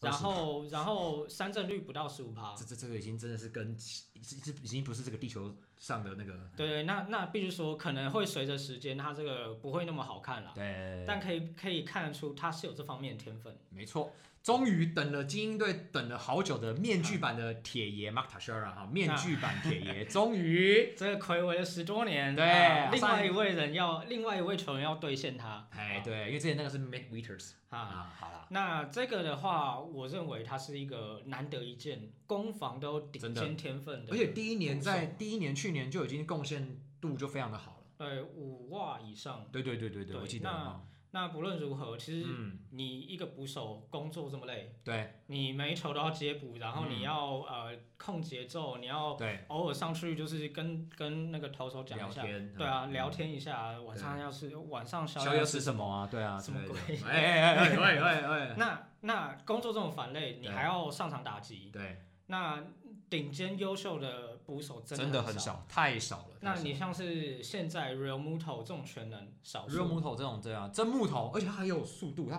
Speaker 2: 然后然后三振率不到十五趴。
Speaker 1: 这这这个已经真的是跟这这已经不是这个地球上的那个
Speaker 2: 对，那那必须说可能会随着时间，他这个不会那么好看了，
Speaker 1: 对，
Speaker 2: 啊但可以可以看得出他是有这方面的天分。
Speaker 1: 没错。终于等了精英队等了好久的面具版的铁爷 Mark Teixeira 哈，
Speaker 2: 啊
Speaker 1: 面具版铁爷终 于
Speaker 2: 这个暌违了十多年，
Speaker 1: 对
Speaker 2: 啊另
Speaker 1: 上
Speaker 2: 外一位人要，另外一位球员要兑现他。
Speaker 1: 哎对，因为之前那个是 Matt Wieters
Speaker 2: 啊，
Speaker 1: 啊，好啦，
Speaker 2: 那这个的话，我认为他是一个难得一见，攻防都有顶
Speaker 1: 真的
Speaker 2: 尖天分的，
Speaker 1: 而且第一年在
Speaker 2: 攻
Speaker 1: 第一年去年就已经贡献度就非常的好了。
Speaker 2: 对五袜以上。
Speaker 1: 对对对对对，
Speaker 2: 对
Speaker 1: 我记得
Speaker 2: 那
Speaker 1: 哈，
Speaker 2: 那不论如何，其实
Speaker 1: 嗯，
Speaker 2: 你一个捕手工作这么累，
Speaker 1: 对
Speaker 2: 你每一球都要接捕，然后你要、
Speaker 1: 嗯
Speaker 2: 呃控节奏，你要
Speaker 1: 对，
Speaker 2: 偶尔上去就是跟跟那个投手讲
Speaker 1: 聊
Speaker 2: 一下，
Speaker 1: 天，
Speaker 2: 对啊，
Speaker 1: 嗯
Speaker 2: 聊天一下，晚上要吃晚上
Speaker 1: 宵
Speaker 2: 宵
Speaker 1: 夜
Speaker 2: 夜
Speaker 1: 吃什么啊？对啊，
Speaker 2: 什么
Speaker 1: 之类的
Speaker 2: 鬼
Speaker 1: 哎哎哎哎哎哎哎！
Speaker 2: 那那工作这么繁累，你
Speaker 1: 对
Speaker 2: 还要上场打击，
Speaker 1: 对，
Speaker 2: 那顶尖优秀的捕手
Speaker 1: 真
Speaker 2: 的
Speaker 1: 的很。少，太少了。
Speaker 2: 那你像是现在 Real Muto 这种全能少数，
Speaker 1: 热木头这种这样真木头，而且它还有速度，它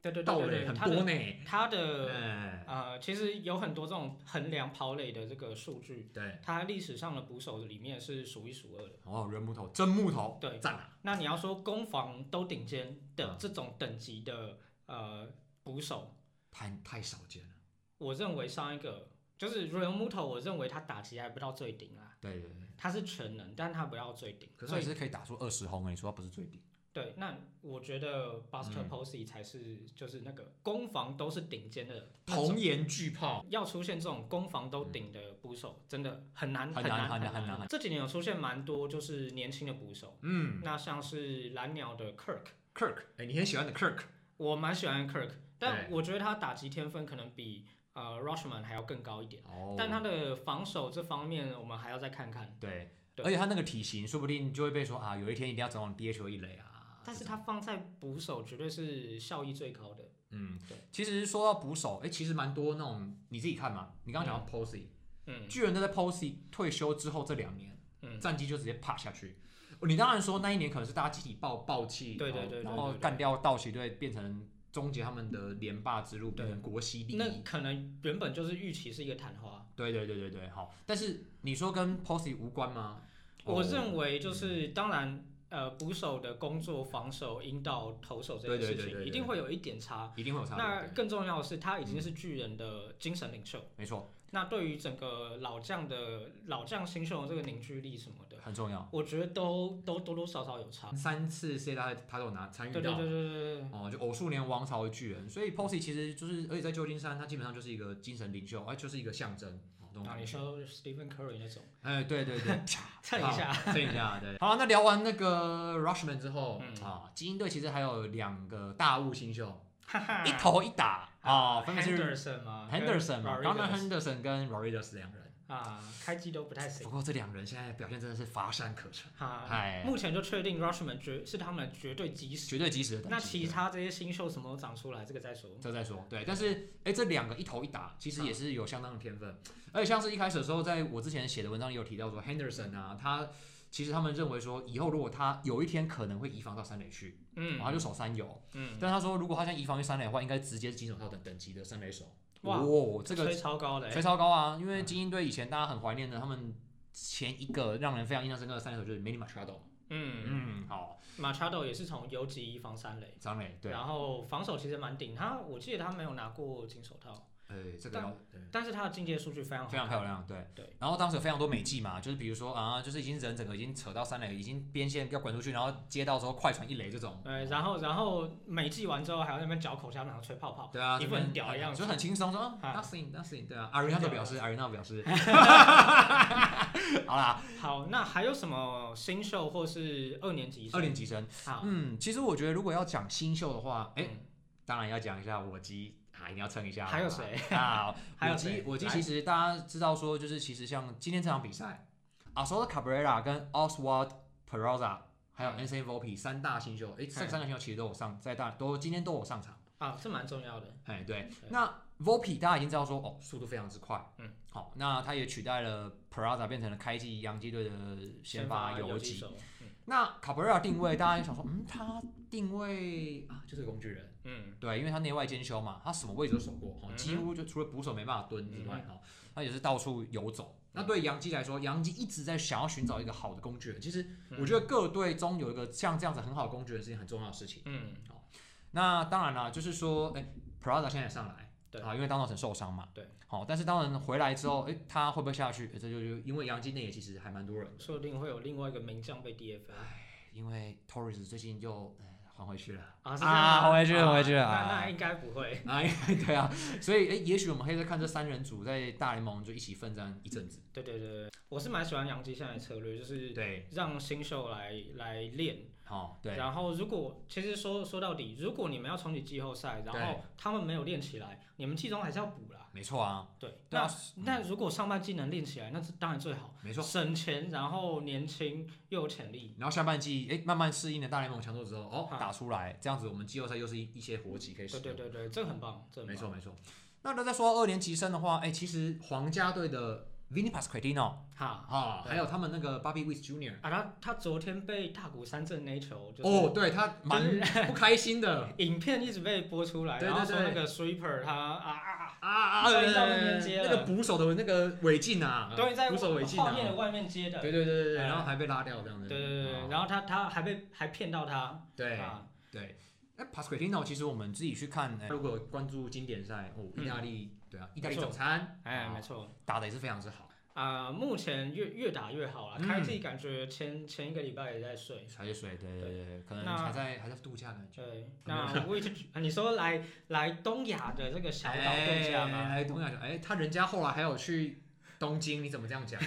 Speaker 2: 对对对
Speaker 1: 盗
Speaker 2: 对
Speaker 1: 垒
Speaker 2: 对，
Speaker 1: 很
Speaker 2: 他
Speaker 1: 多
Speaker 2: 的
Speaker 1: 呢。
Speaker 2: 他的
Speaker 1: 哎，
Speaker 2: 呃，其实有很多这种衡量跑垒的这个数据，
Speaker 1: 对，
Speaker 2: 他历史上的捕手里面是数一数二的。
Speaker 1: 哦，热木头，真木头，
Speaker 2: 对，
Speaker 1: 赞啊！
Speaker 2: 那你要说攻防都顶尖的
Speaker 1: 嗯
Speaker 2: 这种等级的呃捕手，
Speaker 1: 太太少见了。
Speaker 2: 我认为上一个就是 Real Muto，我认为他打击还不到最顶啊，
Speaker 1: 对对对，
Speaker 2: 他是全能，但他不到最顶。
Speaker 1: 可是
Speaker 2: 所
Speaker 1: 还
Speaker 2: 以
Speaker 1: 是可以打出二十轰诶，你说它不是最顶？
Speaker 2: 对，那我觉得 Buster
Speaker 1: 嗯
Speaker 2: Posey 才是就是那个攻防都是顶尖的那种，
Speaker 1: 童颜巨炮，
Speaker 2: 要出现这种攻防都顶的捕手，真的很难
Speaker 1: 很难
Speaker 2: 难
Speaker 1: 很
Speaker 2: 很
Speaker 1: 难很
Speaker 2: 难。这几年有出现蛮多就是年轻的捕手，
Speaker 1: 嗯
Speaker 2: 那像是蓝鸟的 Kirk。
Speaker 1: ，Kirk，哎，你很喜欢的 Kirk，
Speaker 2: 我蛮喜欢 Kirk，但
Speaker 1: 嗯对
Speaker 2: 我觉得他打击天分可能比呃 Rushman 还要更高一点，
Speaker 1: 哦
Speaker 2: 但他的防守这方面我们还要再看看。
Speaker 1: 对，
Speaker 2: 对
Speaker 1: 而且他那个体型，说不定就会被说啊，有一天一定要转往 DH 一垒啊。
Speaker 2: 但是
Speaker 1: 这
Speaker 2: 他放在捕手绝对是效益最高的。
Speaker 1: 嗯
Speaker 2: 对，
Speaker 1: 其实说到捕手，哎、其实蛮多那种你自己看嘛。你刚刚讲到 Posey，、
Speaker 2: 嗯
Speaker 1: 巨人队在 Posey 退休之后这两年，
Speaker 2: 嗯，
Speaker 1: 战绩就直接啪下去。哦你当然说那一年可能是大家集体爆爆气，
Speaker 2: 对对
Speaker 1: 然后
Speaker 2: 对对
Speaker 1: 然后
Speaker 2: 对对
Speaker 1: 干掉道奇队，变成终结他们的连霸之路，
Speaker 2: 对
Speaker 1: 变成国西第
Speaker 2: 那
Speaker 1: 一。
Speaker 2: 可能原本就是预期是一个昙花。
Speaker 1: 对对对对对，好。但是你说跟 Posey 无关吗？
Speaker 2: 我
Speaker 1: 哦
Speaker 2: 认为就是，当然呃捕手的工作、防守、引导、投手这
Speaker 1: 对
Speaker 2: 件
Speaker 1: 对
Speaker 2: 事
Speaker 1: 对对
Speaker 2: 情，
Speaker 1: 对
Speaker 2: 一定会有一点差。
Speaker 1: 一定会有差别。
Speaker 2: 那
Speaker 1: 对嗯
Speaker 2: 更重要的是，他已经是巨人的精神领袖。
Speaker 1: 没错，
Speaker 2: 那对于整个老将的老将新秀的这个凝聚力什么的，
Speaker 1: 很重要。
Speaker 2: 我觉得都都多多少少有差。
Speaker 1: 三次世界大赛他都有拿参与
Speaker 2: 对
Speaker 1: 到，
Speaker 2: 对对对对对，
Speaker 1: 哦，就偶数年王朝的巨人，所以 Posey 其实就是，而且在旧金山，他基本上就是一个精神领袖，哎，就是一个象征。哦这种
Speaker 2: 啊，
Speaker 1: 感
Speaker 2: 你
Speaker 1: 觉
Speaker 2: 说 Stephen Curry 那种，
Speaker 1: 哎，对对对，
Speaker 2: 蹭一下，
Speaker 1: 好，蹭一下， 对。好，那聊完那个 Rushman 之后
Speaker 2: 嗯
Speaker 1: 啊，精英队其实还有两个大物新秀，
Speaker 2: 哈哈，
Speaker 1: 一投一打啊，分别是
Speaker 2: Henderson 吗
Speaker 1: Henderson 嘛，
Speaker 2: 跟
Speaker 1: 当然
Speaker 2: Rodriguez
Speaker 1: Henderson 跟 Rodriguez 两人。
Speaker 2: 啊，开机都不太 行
Speaker 1: 不。过这两人现在表现真的是乏善可陈，
Speaker 2: 哈，
Speaker 1: 哎，
Speaker 2: 目前就确定 Rushman 绝是他们绝对基石。
Speaker 1: 绝对及时的等级。
Speaker 2: 那其
Speaker 1: 对
Speaker 2: 他这些新秀什么时候长出来，这个再说。
Speaker 1: 这再说，对，但是哎，这两个一投一打，其实
Speaker 2: 嗯
Speaker 1: 也是有相当的天分，而且像是一开始的时候，在我之前写的文章也有提到说，Henderson 啊，他其实他们认为说，以后如果他有一天可能会移防到三垒去，然
Speaker 2: 嗯
Speaker 1: 后他就守三游，
Speaker 2: 嗯，
Speaker 1: 但他说如果他现在移防去三垒的话，应该直接金手套等等级的三垒手，
Speaker 2: 哇
Speaker 1: 哦，这个
Speaker 2: 吹超高的欸，
Speaker 1: 吹超高啊，因为
Speaker 2: 嗯
Speaker 1: 精英队以前大家很怀念的，他们前一个让人非常印象深刻的三垒手就是 Manny Machado，
Speaker 2: 嗯
Speaker 1: 嗯，好，
Speaker 2: ，Machado 也是从游击一防三垒，
Speaker 1: 张磊，对，
Speaker 2: 然后防守其实蛮顶，他我记得他没有拿过金手套，
Speaker 1: 呃，这个
Speaker 2: 但
Speaker 1: 要对。
Speaker 2: 但是他的进阶数据非常好
Speaker 1: 非常漂亮，对
Speaker 2: 对。
Speaker 1: 然后当时有非常多美技嘛，就是比如说啊，就是已经人整个已经扯到三垒，已经边线要滚出去，然后接到之后快传一垒这种。
Speaker 2: 呃，然后然后每季完之后还要在那边嚼口香糖吹泡泡，
Speaker 1: 对啊，
Speaker 2: 一副
Speaker 1: 这边
Speaker 2: 很屌的样子
Speaker 1: 就很轻松说啊
Speaker 2: 啊
Speaker 1: nothing nothing，对啊，阿瑞纳表示，阿瑞纳表 示，好啦，
Speaker 2: 好，那还有什么新秀或是二年级生？
Speaker 1: 二年级生，
Speaker 2: 好，
Speaker 1: 嗯，其实我觉得如果要讲新秀的话，哎，
Speaker 2: 嗯
Speaker 1: 当然要讲一下我鸡啊，一定要蹭一下，
Speaker 2: 还有谁？
Speaker 1: 啊？
Speaker 2: 还有
Speaker 1: 我鸡
Speaker 2: 谁，
Speaker 1: 我鸡
Speaker 2: 来
Speaker 1: 其实大家知道说，就是其实像今天这场比赛 a s o l Cabrera 跟 Oswald Peraza 还
Speaker 2: 哎
Speaker 1: 有 Anthony Volpe 三大新秀，诶，这
Speaker 2: 嗯
Speaker 1: 三个新秀其实都有上，在大都今天都有上场。
Speaker 2: 啊，这蛮重要的。
Speaker 1: 哎，对
Speaker 2: 对，
Speaker 1: 那 Volpe 大家已经知道说，哦，速度非常之快，
Speaker 2: 嗯，
Speaker 1: 好，那他也取代了 Peraza 变成了开季洋基队的先发游
Speaker 2: 游
Speaker 1: 击。
Speaker 2: 手，嗯
Speaker 1: 那 Cabrera 定位大家就想说，嗯，他定位啊就是个工具人。
Speaker 2: 嗯，
Speaker 1: 对，因为他内外兼修嘛，他什么位置都守过，哦，
Speaker 2: 嗯
Speaker 1: 几乎就除了捕手没办法蹲之外，哦，他也是到处游走。那对杨基来说，杨基一直在想要寻找一个好的工具人。其实
Speaker 2: 嗯
Speaker 1: 我觉得各队中有一个像这样子很好的工具人是一件很重要的事情。
Speaker 2: 嗯，
Speaker 1: 那当然啦，就是说，哎，Prada 现在也上来，
Speaker 2: 对
Speaker 1: 啊，因为当时受伤嘛，
Speaker 2: 对，
Speaker 1: 好，但是当然回来之后，哎，他会不会下去？哎这就就因为杨基内野其实还蛮多人的，
Speaker 2: 说不定会有另外一个名将被 DFA
Speaker 1: 因为 Torres 最近又哎还回去了。
Speaker 2: 啊，是这样
Speaker 1: 啊
Speaker 2: 吗
Speaker 1: 回去了
Speaker 2: 啊
Speaker 1: 回去了
Speaker 2: 那
Speaker 1: 啊
Speaker 2: 那应该不会，
Speaker 1: 哎，对啊，所以哎，诶也许我们可以再看这三人组在大联盟就一起奋战一阵子。
Speaker 2: 对对对，对我是蛮喜欢杨基现在的策略，就是
Speaker 1: 对，
Speaker 2: 让新秀来来练，
Speaker 1: 好、对，
Speaker 2: 然后如果其实说说到底，如果你们要重启季后赛，然后他们没有练起来，你们季中还是要补啦，
Speaker 1: 没错啊，
Speaker 2: 对，
Speaker 1: 对啊
Speaker 2: 那那如果上半季能练起来，那是当然最好，
Speaker 1: 没错。
Speaker 2: 省钱，然后年轻又有潜力，
Speaker 1: 然后下半季哎，诶慢慢适应了大联盟强度之后，哦，
Speaker 2: 啊
Speaker 1: 打出来，这样子我们季后赛又是一一些活棋可以使
Speaker 2: 对
Speaker 1: 用。
Speaker 2: 对对对，这个很棒，这个
Speaker 1: 没
Speaker 2: 很棒，
Speaker 1: 错没错。那再说到二年级生的话，哎，其实皇家队的 Vinny Pasquantino
Speaker 2: 哈。
Speaker 1: 啊，
Speaker 2: 对
Speaker 1: 还有他们那个 Bobby Witt Jr.
Speaker 2: 啊，他他昨天被大谷三振那一球，就是、
Speaker 1: 哦，对他蛮
Speaker 2: 就
Speaker 1: 不开心的
Speaker 2: 影片一直被播出来，
Speaker 1: 对
Speaker 2: 然后
Speaker 1: 对
Speaker 2: 说那
Speaker 1: 对
Speaker 2: 个 sweeper 他啊啊
Speaker 1: 啊 啊！
Speaker 2: 终于到那边接了
Speaker 1: 那个捕手的那个违禁啊
Speaker 2: 啊，，都在
Speaker 1: 捕手违禁
Speaker 2: 画面的
Speaker 1: 啊，
Speaker 2: 外面接的，
Speaker 1: 对对对对对，
Speaker 2: 哎
Speaker 1: 然后还被拉掉这样子。
Speaker 2: 对对对对
Speaker 1: 哦
Speaker 2: 然后他他还被还骗到他，
Speaker 1: 对
Speaker 2: 啊，
Speaker 1: 对，那 Pasquantino 其实我们自己去看，呃如果有关注经典赛，哦，意大利，对啊，意大利
Speaker 2: 嗯没错
Speaker 1: 早餐
Speaker 2: 哎，
Speaker 1: 哦
Speaker 2: 没错
Speaker 1: 打的也是非常之好，
Speaker 2: 啊、目前越越打越好了，
Speaker 1: 嗯
Speaker 2: 开季感觉前前一个礼拜也在睡，
Speaker 1: 才是水，对对对，可能
Speaker 2: 那
Speaker 1: 还在还在度假感觉。
Speaker 2: 对，那我也就啊你说来来东亚的这个小岛度假吗？
Speaker 1: 哎，东亚哎，他人家后来还有去东京，你怎么这样 讲？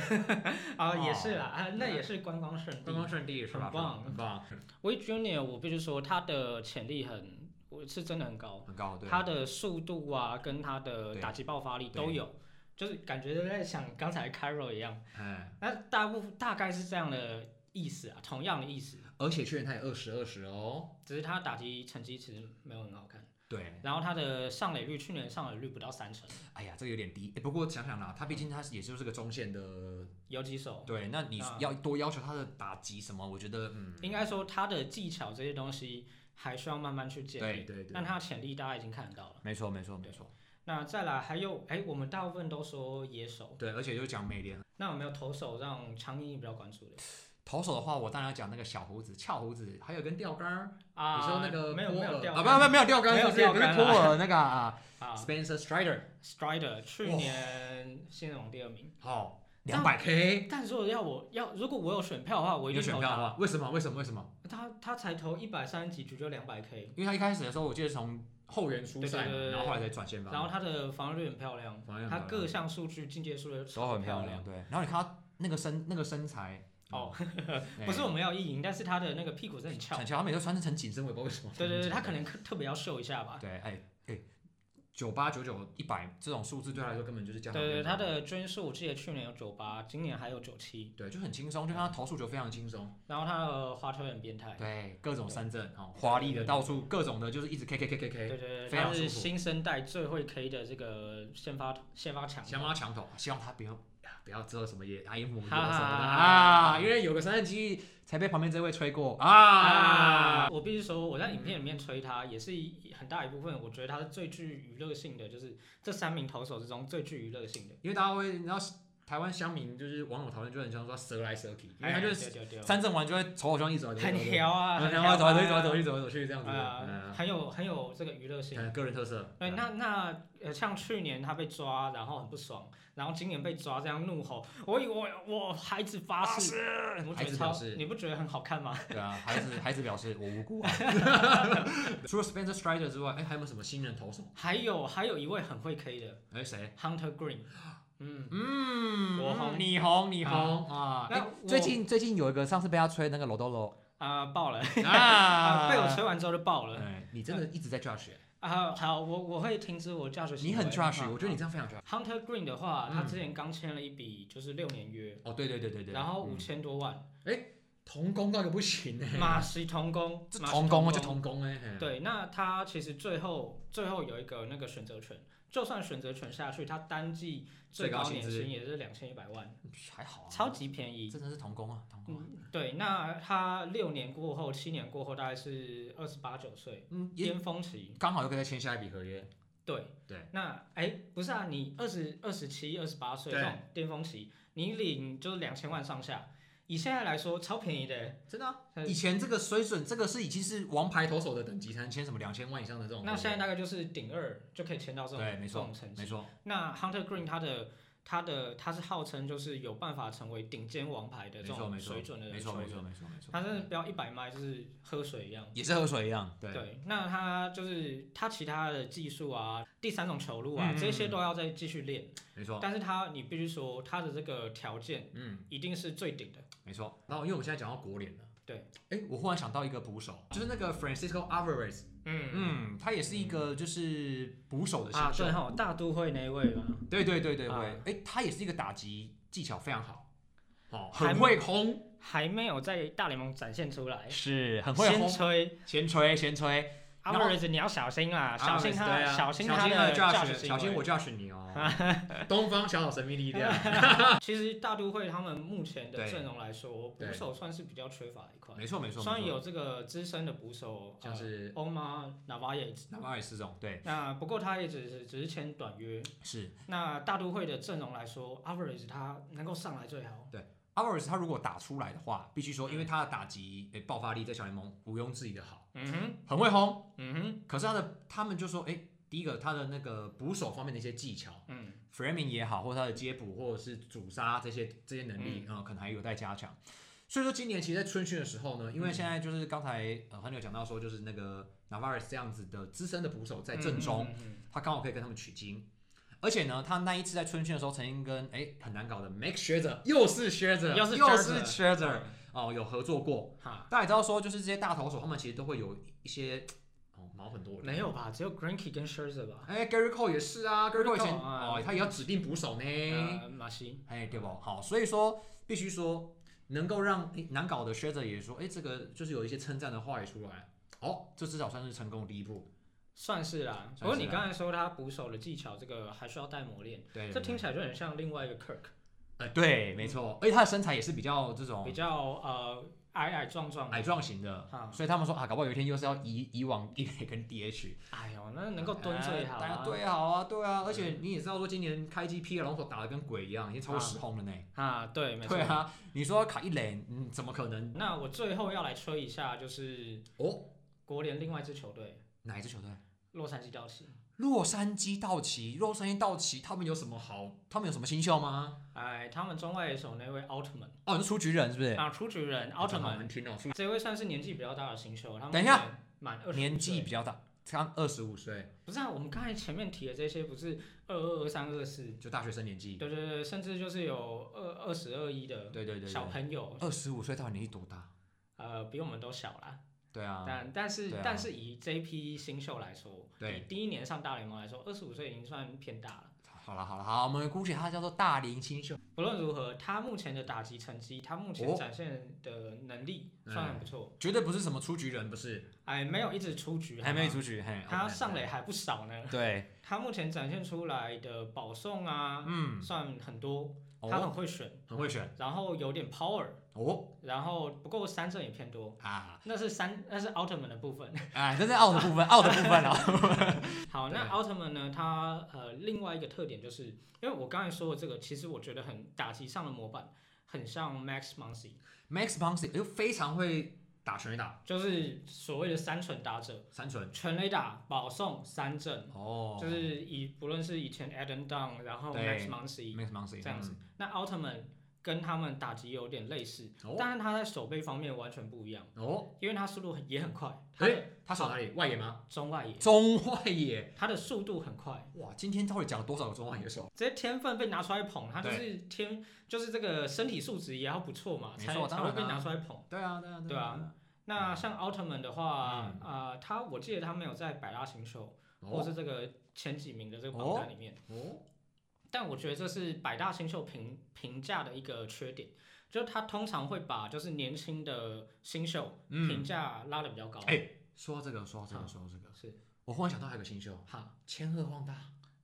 Speaker 2: 啊，
Speaker 1: 哦
Speaker 2: 也是啦，啊，那也是观光胜地，
Speaker 1: 观光胜地是吧？
Speaker 2: 很棒
Speaker 1: 很棒，
Speaker 2: Wade Junior，我必哦须说他的潜力很，我是真的很高，
Speaker 1: 很高，对。
Speaker 2: 他的速度啊，跟他的
Speaker 1: 对
Speaker 2: 打击爆发力都
Speaker 1: 对
Speaker 2: 有，就是感觉在像刚才 Caro 一样，
Speaker 1: 哎，
Speaker 2: 那大部分大概是这样的意思啊，同样的意思，
Speaker 1: 而且去年他也二十二十哦，
Speaker 2: 只是他打击成绩其实没有很好看，
Speaker 1: 对。
Speaker 2: 然后他的上垒率去年上垒率不到三成，
Speaker 1: 哎呀，这个有点低，哎不过想想啦，他毕竟他也就是个中线的，
Speaker 2: 有几手，
Speaker 1: 对，那你
Speaker 2: 啊
Speaker 1: 要多要求他的打击什么，我觉得嗯，
Speaker 2: 应该说他的技巧这些东西还需要慢慢去建
Speaker 1: 对
Speaker 2: 立，
Speaker 1: 对对，
Speaker 2: 但他的潜力大家已经看得到了。
Speaker 1: 没错，没错，没
Speaker 2: 对
Speaker 1: 错。
Speaker 2: 那再来还有，哎，我们大部分都说野手，
Speaker 1: 对，而且就讲美联
Speaker 2: 那有没有投手让长英比较关注的？
Speaker 1: 投手的话，我当然要讲那个小胡子、翘胡子，还有跟钓竿儿。
Speaker 2: 啊，
Speaker 1: 你说那个
Speaker 2: 没有
Speaker 1: 波
Speaker 2: 没有
Speaker 1: 尔
Speaker 2: 掉
Speaker 1: 啊，不不没有钓竿，
Speaker 2: 没有
Speaker 1: 不是
Speaker 2: 钓
Speaker 1: 不是
Speaker 2: 竿
Speaker 1: 波
Speaker 2: 啦
Speaker 1: 尔那个啊
Speaker 2: 啊
Speaker 1: ，Spencer Strider，
Speaker 2: ，Strider 去年新人王第二名，
Speaker 1: 好，两百 K，
Speaker 2: 但如果要我要如果我有选票的话，我一
Speaker 1: 有
Speaker 2: 定
Speaker 1: 选
Speaker 2: 投
Speaker 1: 票
Speaker 2: 他。
Speaker 1: 吗？为什么？为什么？为什么？
Speaker 2: 他他才投一百三十几局就两百 K，
Speaker 1: 因为他一开始的时候，我记得是从后援出赛
Speaker 2: 对对
Speaker 1: 嘛，
Speaker 2: 对对
Speaker 1: 然后后来才转先发嘛，
Speaker 2: 然后他的防御率很漂亮，
Speaker 1: 防御很
Speaker 2: 他
Speaker 1: 漂亮
Speaker 2: 各项数据进阶数据
Speaker 1: 手很漂
Speaker 2: 漂
Speaker 1: 亮，。对。然后你看他那个身那个身材，
Speaker 2: 哦
Speaker 1: 嗯，
Speaker 2: 不是
Speaker 1: 哎
Speaker 2: 我们要意淫，但是他的那个屁股是很翘
Speaker 1: 很。巧，他每次穿成紧身，我也不知道为什么。
Speaker 2: 对对对，他可能特别要秀一下吧。
Speaker 1: 对，哎哎，九八九九一百这种数字对他来说根本就是家
Speaker 2: 对
Speaker 1: 常
Speaker 2: 对，对
Speaker 1: 便
Speaker 2: 他
Speaker 1: 饭
Speaker 2: 的捐数我记得去年有九八，今年还有九七，
Speaker 1: 对就很轻松，就看他投诉球非常轻松，
Speaker 2: 然后他的滑球很变态。
Speaker 1: 对各种三振哦，华丽的到处各种的，就是一直 K K K K
Speaker 2: 对
Speaker 1: K，
Speaker 2: 对对，
Speaker 1: 非
Speaker 2: 他
Speaker 1: 常舒服
Speaker 2: 是新生代最会 K 的这个先发先发强。
Speaker 1: 想帮他抢头，希望他不要啊不要之后什么也阿 英母什么的
Speaker 2: 哈哈
Speaker 1: 啊，因为有个三振机才被旁边这位吹过啊，嗯
Speaker 2: 啊！我必须说，我在影片里面吹他，也是一很大一部分，我觉得他是最具娱乐性的，就是这三名投手之中最具娱乐性的。
Speaker 1: 因为大家会你知道台湾乡民就是网友讨论就很像说他折来折去，因哎为他就是
Speaker 2: 哎丢丢丢，
Speaker 1: 三振完就会瞅我兄弟走来走去，
Speaker 2: 很调啊，
Speaker 1: 然后
Speaker 2: 很
Speaker 1: 然后走
Speaker 2: 调啊
Speaker 1: 来走去走来走去走来走去这样子的，
Speaker 2: 啊，
Speaker 1: 嗯
Speaker 2: 很有很有这个娱乐性。
Speaker 1: 嗯，个人特色。
Speaker 2: 对，那那呃，像去年他被抓，然后很不爽，然后今年被抓，这样怒吼，我以我我孩子发誓，你不
Speaker 1: 孩
Speaker 2: 觉
Speaker 1: 子
Speaker 2: 得
Speaker 1: 表
Speaker 2: 超
Speaker 1: 示，
Speaker 2: 你不觉得很好看吗？
Speaker 1: 对啊，孩 子孩子表示我无辜啊。 除了 Spencer Strider 之外，哎，还有没有什么新人投手？
Speaker 2: 还有还有一位很会 K 的
Speaker 1: 哎，谁？
Speaker 2: Hunter Green，嗯，
Speaker 1: 嗯
Speaker 2: 我红
Speaker 1: 你红，你红啊！
Speaker 2: 那
Speaker 1: 哎
Speaker 2: 我
Speaker 1: 最近最近有一个上次被他吹那个罗多罗
Speaker 2: 啊、爆了，啊、
Speaker 1: 啊
Speaker 2: 被我吹完之后就爆了
Speaker 1: 哎你真的一直在 judge，欸
Speaker 2: 啊！好，我我会停止我教学行为。
Speaker 1: 你很 judge，
Speaker 2: 好
Speaker 1: 我觉得你这样非常 judge。
Speaker 2: Hunter Green 的话，
Speaker 1: 嗯
Speaker 2: 他之前刚签了一笔就是六年约，
Speaker 1: 哦，对对对对对。
Speaker 2: 然后
Speaker 1: 嗯
Speaker 2: 五千多 万，
Speaker 1: 童工那个不行哎，
Speaker 2: 马西同工，
Speaker 1: 这
Speaker 2: 马西
Speaker 1: 童工啊，
Speaker 2: 同
Speaker 1: 就童工哎。嘿，
Speaker 2: 对，那他其实最后最后有一个那个选择权，就算选择权下去，他单季最
Speaker 1: 最高
Speaker 2: 高
Speaker 1: 薪
Speaker 2: 年
Speaker 1: 资
Speaker 2: 薪也是两千一百万，
Speaker 1: 还好啊，
Speaker 2: 超级便宜。
Speaker 1: 真的是童工啊，童工啊。
Speaker 2: 嗯，对，那他六年过后，七年过后大概是二十八九岁，
Speaker 1: 嗯，也
Speaker 2: 巅峰期。
Speaker 1: 刚好又跟他签下一笔合约。
Speaker 2: 对
Speaker 1: 对，
Speaker 2: 那哎，不是啊，你二十二十七、二十八岁
Speaker 1: 对
Speaker 2: 这种巅峰期，你领就是两千万上下，以现在来说超便宜的。
Speaker 1: 真的、啊，
Speaker 2: 嗯
Speaker 1: 以前这个水准，这个是已经是王牌投手的等级，才能签什么两千万以上的这种合约。
Speaker 2: 那现在大概就是顶二就可以签到这种
Speaker 1: 对没错
Speaker 2: 这种成绩
Speaker 1: 没。错，
Speaker 2: 那 Hunter Green 他的他的他是号称就是有办法成为顶尖王牌的
Speaker 1: 没
Speaker 2: 这
Speaker 1: 错
Speaker 2: 种
Speaker 1: 没错
Speaker 2: 水准的
Speaker 1: 没
Speaker 2: 人
Speaker 1: 错
Speaker 2: 呃球
Speaker 1: 没
Speaker 2: 员，
Speaker 1: 错没错没错，
Speaker 2: 他真的不要一百迈就是喝水一样。
Speaker 1: 也是喝水一样，对，
Speaker 2: 对，那他就是他其他的技术啊，第三种球路啊，
Speaker 1: 嗯
Speaker 2: 这些都要再继续练。
Speaker 1: 没错，
Speaker 2: 但是他你必须说他的这个条件
Speaker 1: 嗯，
Speaker 2: 一定是最顶的。
Speaker 1: 没错。然后因为我们现在讲到国联了，
Speaker 2: 对，
Speaker 1: 哎，我忽然想到一个捕手，就是那个 Francisco Alvarez，
Speaker 2: 嗯
Speaker 1: 嗯，他也是一个就是捕手的
Speaker 2: 啊
Speaker 1: 新，
Speaker 2: 对
Speaker 1: 秀，
Speaker 2: 哈，大都会那一位嘛，
Speaker 1: 对对对对
Speaker 2: 啊
Speaker 1: 对，哎，他也是一个打击技巧非常好，哦，
Speaker 2: 还
Speaker 1: 很会轰，
Speaker 2: 还没有在大联盟展现出来，
Speaker 1: 是很
Speaker 2: 先，吹。
Speaker 1: 先吹先吹，
Speaker 2: 阿
Speaker 1: 然后
Speaker 2: 莫瑞斯，你要小心啦，小心他，
Speaker 1: 对啊
Speaker 2: 小心他
Speaker 1: 的
Speaker 2: 的
Speaker 1: judge，
Speaker 2: 驾驶
Speaker 1: 小
Speaker 2: 行
Speaker 1: 心
Speaker 2: 为
Speaker 1: 我 judge 你 哦，东方小岛神秘力量。
Speaker 2: 其实大都会他们目前的
Speaker 1: 对
Speaker 2: 阵容来说，捕
Speaker 1: 对
Speaker 2: 手算是比较缺乏的一块。
Speaker 1: 没错没错，
Speaker 2: 虽然
Speaker 1: 没错
Speaker 2: 有这个资深的捕手，
Speaker 1: 像是
Speaker 2: 欧玛、纳瓦耶，
Speaker 1: 哪怕也是这种，对，
Speaker 2: 那不过他也只是只是签短约。
Speaker 1: 是
Speaker 2: 那大都会的阵容来说，Average 他能够上来最好。
Speaker 1: Alvarez 他如果打出来的话，必须说，因为他的打击诶、爆发力在小联盟毋庸置疑的好，
Speaker 2: 嗯哼，
Speaker 1: 很会轰。
Speaker 2: 嗯哼，
Speaker 1: 可是他的他们就说，诶、第一个他的那个捕手方面的一些技巧
Speaker 2: 嗯，
Speaker 1: ，framing 也好，或者他的接捕或者是主杀这些这些能力，嗯、可能还有待加强。所以说今年其实，在春训的时候呢，因为现在就是刚才呃很有讲到说，就是那个 Navarre 这样子的资深的捕手在正中，
Speaker 2: 嗯，嗯嗯
Speaker 1: 他刚好可以跟他们取经。而且呢，他那一次在春训的时候，曾经跟哎、很难搞的 Max 学者，又是学者，
Speaker 2: 又是
Speaker 1: 又
Speaker 2: Scherzer 嗯
Speaker 1: 是学者哦，有合作过。
Speaker 2: 哈，
Speaker 1: 大家也知道说，就是这些大投手，他们其实都会有一些哦毛很多人。
Speaker 2: 没有吧？只有 Granky 跟 Scherzer 吧？
Speaker 1: 哎、g a r y Cole 也是啊，Gary Cole 以前
Speaker 2: Cole，啊
Speaker 1: 哦，他也要指定捕手呢，哎、
Speaker 2: 呃，马西，
Speaker 1: 对不？好，所以说必须说能够让、哎难搞的学者也说，哎、这个就是有一些称赞的话语出来，哦，这至少算是成功的第一步。
Speaker 2: 算是啦。不过你刚才说他捕手的技巧，这个还需要带磨练，
Speaker 1: 对，哎
Speaker 2: 这
Speaker 1: 对
Speaker 2: 听嗯
Speaker 1: 对
Speaker 2: 起来就很像另外一个 Kirk。
Speaker 1: 呃对，没错，而且他的身材也是比较这种
Speaker 2: 比较呃矮矮壮壮的，
Speaker 1: 矮壮型的，
Speaker 2: 啊，
Speaker 1: 所以他们说啊，搞不好有一天又是要移移往 EA 跟 DH，
Speaker 2: 哎呦，那能够蹲最好、
Speaker 1: 哎
Speaker 2: 啊，
Speaker 1: 对好啊，对啊，而且你也知道说今年开机 P 龙手打的跟鬼一样，已经超过
Speaker 2: 啊
Speaker 1: 十轰了呢。
Speaker 2: 啊，对，没错。
Speaker 1: 对啊，你说卡一垒，嗯，怎么可能？
Speaker 2: 那我最后要来吹一下，就是
Speaker 1: 哦，
Speaker 2: 国联另外一支球队
Speaker 1: 哪一支球队？
Speaker 2: 洛杉矶道奇。
Speaker 1: 洛杉矶道奇，洛杉矶道奇，他们有什么好？他们有什么新秀吗？
Speaker 2: 哎，他们中外野手那位奥特曼
Speaker 1: 哦，你是雏菊人是不是？
Speaker 2: 啊，出局人奥特
Speaker 1: 好
Speaker 2: 曼，
Speaker 1: 难听哦，雏
Speaker 2: 这位算是年纪比较大的新秀。他们
Speaker 1: 等一下
Speaker 2: 今年满二十，
Speaker 1: 年纪比较大，刚二十五岁，
Speaker 2: 不是啊，我们刚才前面提的这些不是二二二三二四，
Speaker 1: 就大学生年纪。
Speaker 2: 对对对，甚至就是有二二十二一的
Speaker 1: 对对对
Speaker 2: 小
Speaker 1: 对，
Speaker 2: 朋友，
Speaker 1: 二十五岁到底年纪多大？
Speaker 2: 呃，比我们都小啦。
Speaker 1: 对啊，
Speaker 2: 但但是、
Speaker 1: 对啊
Speaker 2: 但是以这一批新秀来说，
Speaker 1: 对
Speaker 2: 以第一年上大联盟来说，二十五岁已经算偏大了。
Speaker 1: 好了好了好，我们姑且它叫做大龄新秀。
Speaker 2: 不论如何，他目前的打击成绩，他目前
Speaker 1: 哦
Speaker 2: 展现的能力
Speaker 1: 嗯
Speaker 2: 算很不错。
Speaker 1: 绝对不是什么出局人，不是，
Speaker 2: 哎，没有一直出局，
Speaker 1: 还没
Speaker 2: 好吗，
Speaker 1: 出局，嘿，
Speaker 2: 他
Speaker 1: OK，
Speaker 2: 上垒还不少呢。
Speaker 1: 对，
Speaker 2: 他目前展现出来的保送啊，
Speaker 1: 嗯，
Speaker 2: 算很多，他
Speaker 1: 哦，
Speaker 2: 很会选，
Speaker 1: 很会选，
Speaker 2: 然后有点 power，
Speaker 1: 哦
Speaker 2: 然后不过三振也偏多。
Speaker 1: 啊，
Speaker 2: 那是三，那是奥特曼的部分。
Speaker 1: 哎，这是 out 的部分，out 的部分啊，
Speaker 2: 好，那
Speaker 1: 对
Speaker 2: 奥特曼呢？他呃，另外一个特点就是，因为我刚才说的这个，其实我觉得很打击上的模板，很像 Max Muncy，
Speaker 1: Max Muncy 就非常会打全垒打，
Speaker 2: 就是所谓的三纯打者。
Speaker 1: 三纯，
Speaker 2: 全垒打、保送、三振，
Speaker 1: 哦，
Speaker 2: 就是以不论是以前 Adam Dunn，然后
Speaker 1: 对
Speaker 2: Max Muncy
Speaker 1: Max Muncy
Speaker 2: 这样子，，那奥特曼跟他们打击有点类似，
Speaker 1: 嗯哦
Speaker 2: 但是他在守备方面完全不一样，
Speaker 1: 哦，
Speaker 2: 因为他速度很也很快，他
Speaker 1: 哎
Speaker 2: 的，
Speaker 1: 他守哪里？外野吗？
Speaker 2: 中外野，
Speaker 1: 中外野，
Speaker 2: 他的速度很快，
Speaker 1: 哇，今天到底讲了多少个中外野手？
Speaker 2: 这些天分被拿出来捧，他就是天就是这个身体素质也要不错嘛，
Speaker 1: 没
Speaker 2: 才
Speaker 1: 错
Speaker 2: 才
Speaker 1: 当
Speaker 2: 会
Speaker 1: 然
Speaker 2: 被
Speaker 1: 啊
Speaker 2: 拿出来捧。
Speaker 1: 对啊，对啊，
Speaker 2: 对啊，那像奥特曼的话，
Speaker 1: 嗯
Speaker 2: 啊，他我记得他没有在百大新秀或
Speaker 1: 哦
Speaker 2: 是这个前几名的这个榜单里面。
Speaker 1: 哦，
Speaker 2: 但我觉得这是百大新秀评评价的一个缺点，就是他通常会把就是年轻的新秀评
Speaker 1: 嗯，
Speaker 2: 价拉的比较高。
Speaker 1: 哎说到这个，说到这个，
Speaker 2: 嗯
Speaker 1: 说到这个，
Speaker 2: 是
Speaker 1: 我忽然想到还有个新秀，
Speaker 2: 好，
Speaker 1: 千鹤晃大，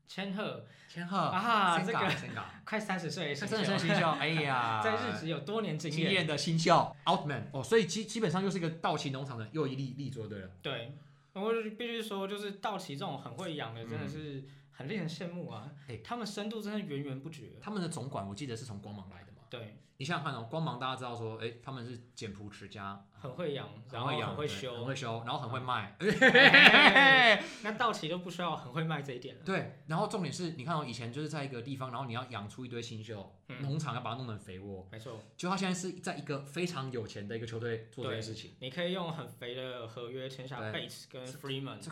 Speaker 2: 千鹤
Speaker 1: 千鹤
Speaker 2: 啊，这
Speaker 1: 森
Speaker 2: 个
Speaker 1: 冈 森冈，
Speaker 2: 快三十岁的
Speaker 1: 这
Speaker 2: 新
Speaker 1: 真的是
Speaker 2: 秀，
Speaker 1: 新秀，哎呀，
Speaker 2: 在日职有多年经
Speaker 1: 经
Speaker 2: 验。
Speaker 1: 验的新秀 Outman 哦，所以基基本上又是一个道奇农场的又一例例作对了，
Speaker 2: 对，我就必须说，就是道奇这种很会养的，真的
Speaker 1: 嗯
Speaker 2: 是很令人羡慕啊。
Speaker 1: 哎
Speaker 2: 他们深度真的源源不绝。
Speaker 1: 他们的总管我记得是从光芒来的嘛，
Speaker 2: 对，
Speaker 1: 你想想看哦，光芒大家知道说，哎，他们是简朴持家，
Speaker 2: 很会养，然
Speaker 1: 然
Speaker 2: 后
Speaker 1: 后
Speaker 2: 很
Speaker 1: 养
Speaker 2: 会
Speaker 1: 对很
Speaker 2: 修。嗯
Speaker 1: 会修，然后很会卖。
Speaker 2: 哎那道奇就不需要很会卖这一 点了。
Speaker 1: 对，然后重点是，你看哦，以前就是在一个地方，然后你要养出一堆新秀，
Speaker 2: 嗯，
Speaker 1: 农场要把它弄成肥沃，
Speaker 2: 没错。
Speaker 1: 就他现在是在一个非常有钱的一个球队做这
Speaker 2: 对
Speaker 1: 件事情，
Speaker 2: 你可以用很肥的合约签下
Speaker 1: 对
Speaker 2: Bates 跟 Freeman，
Speaker 1: 这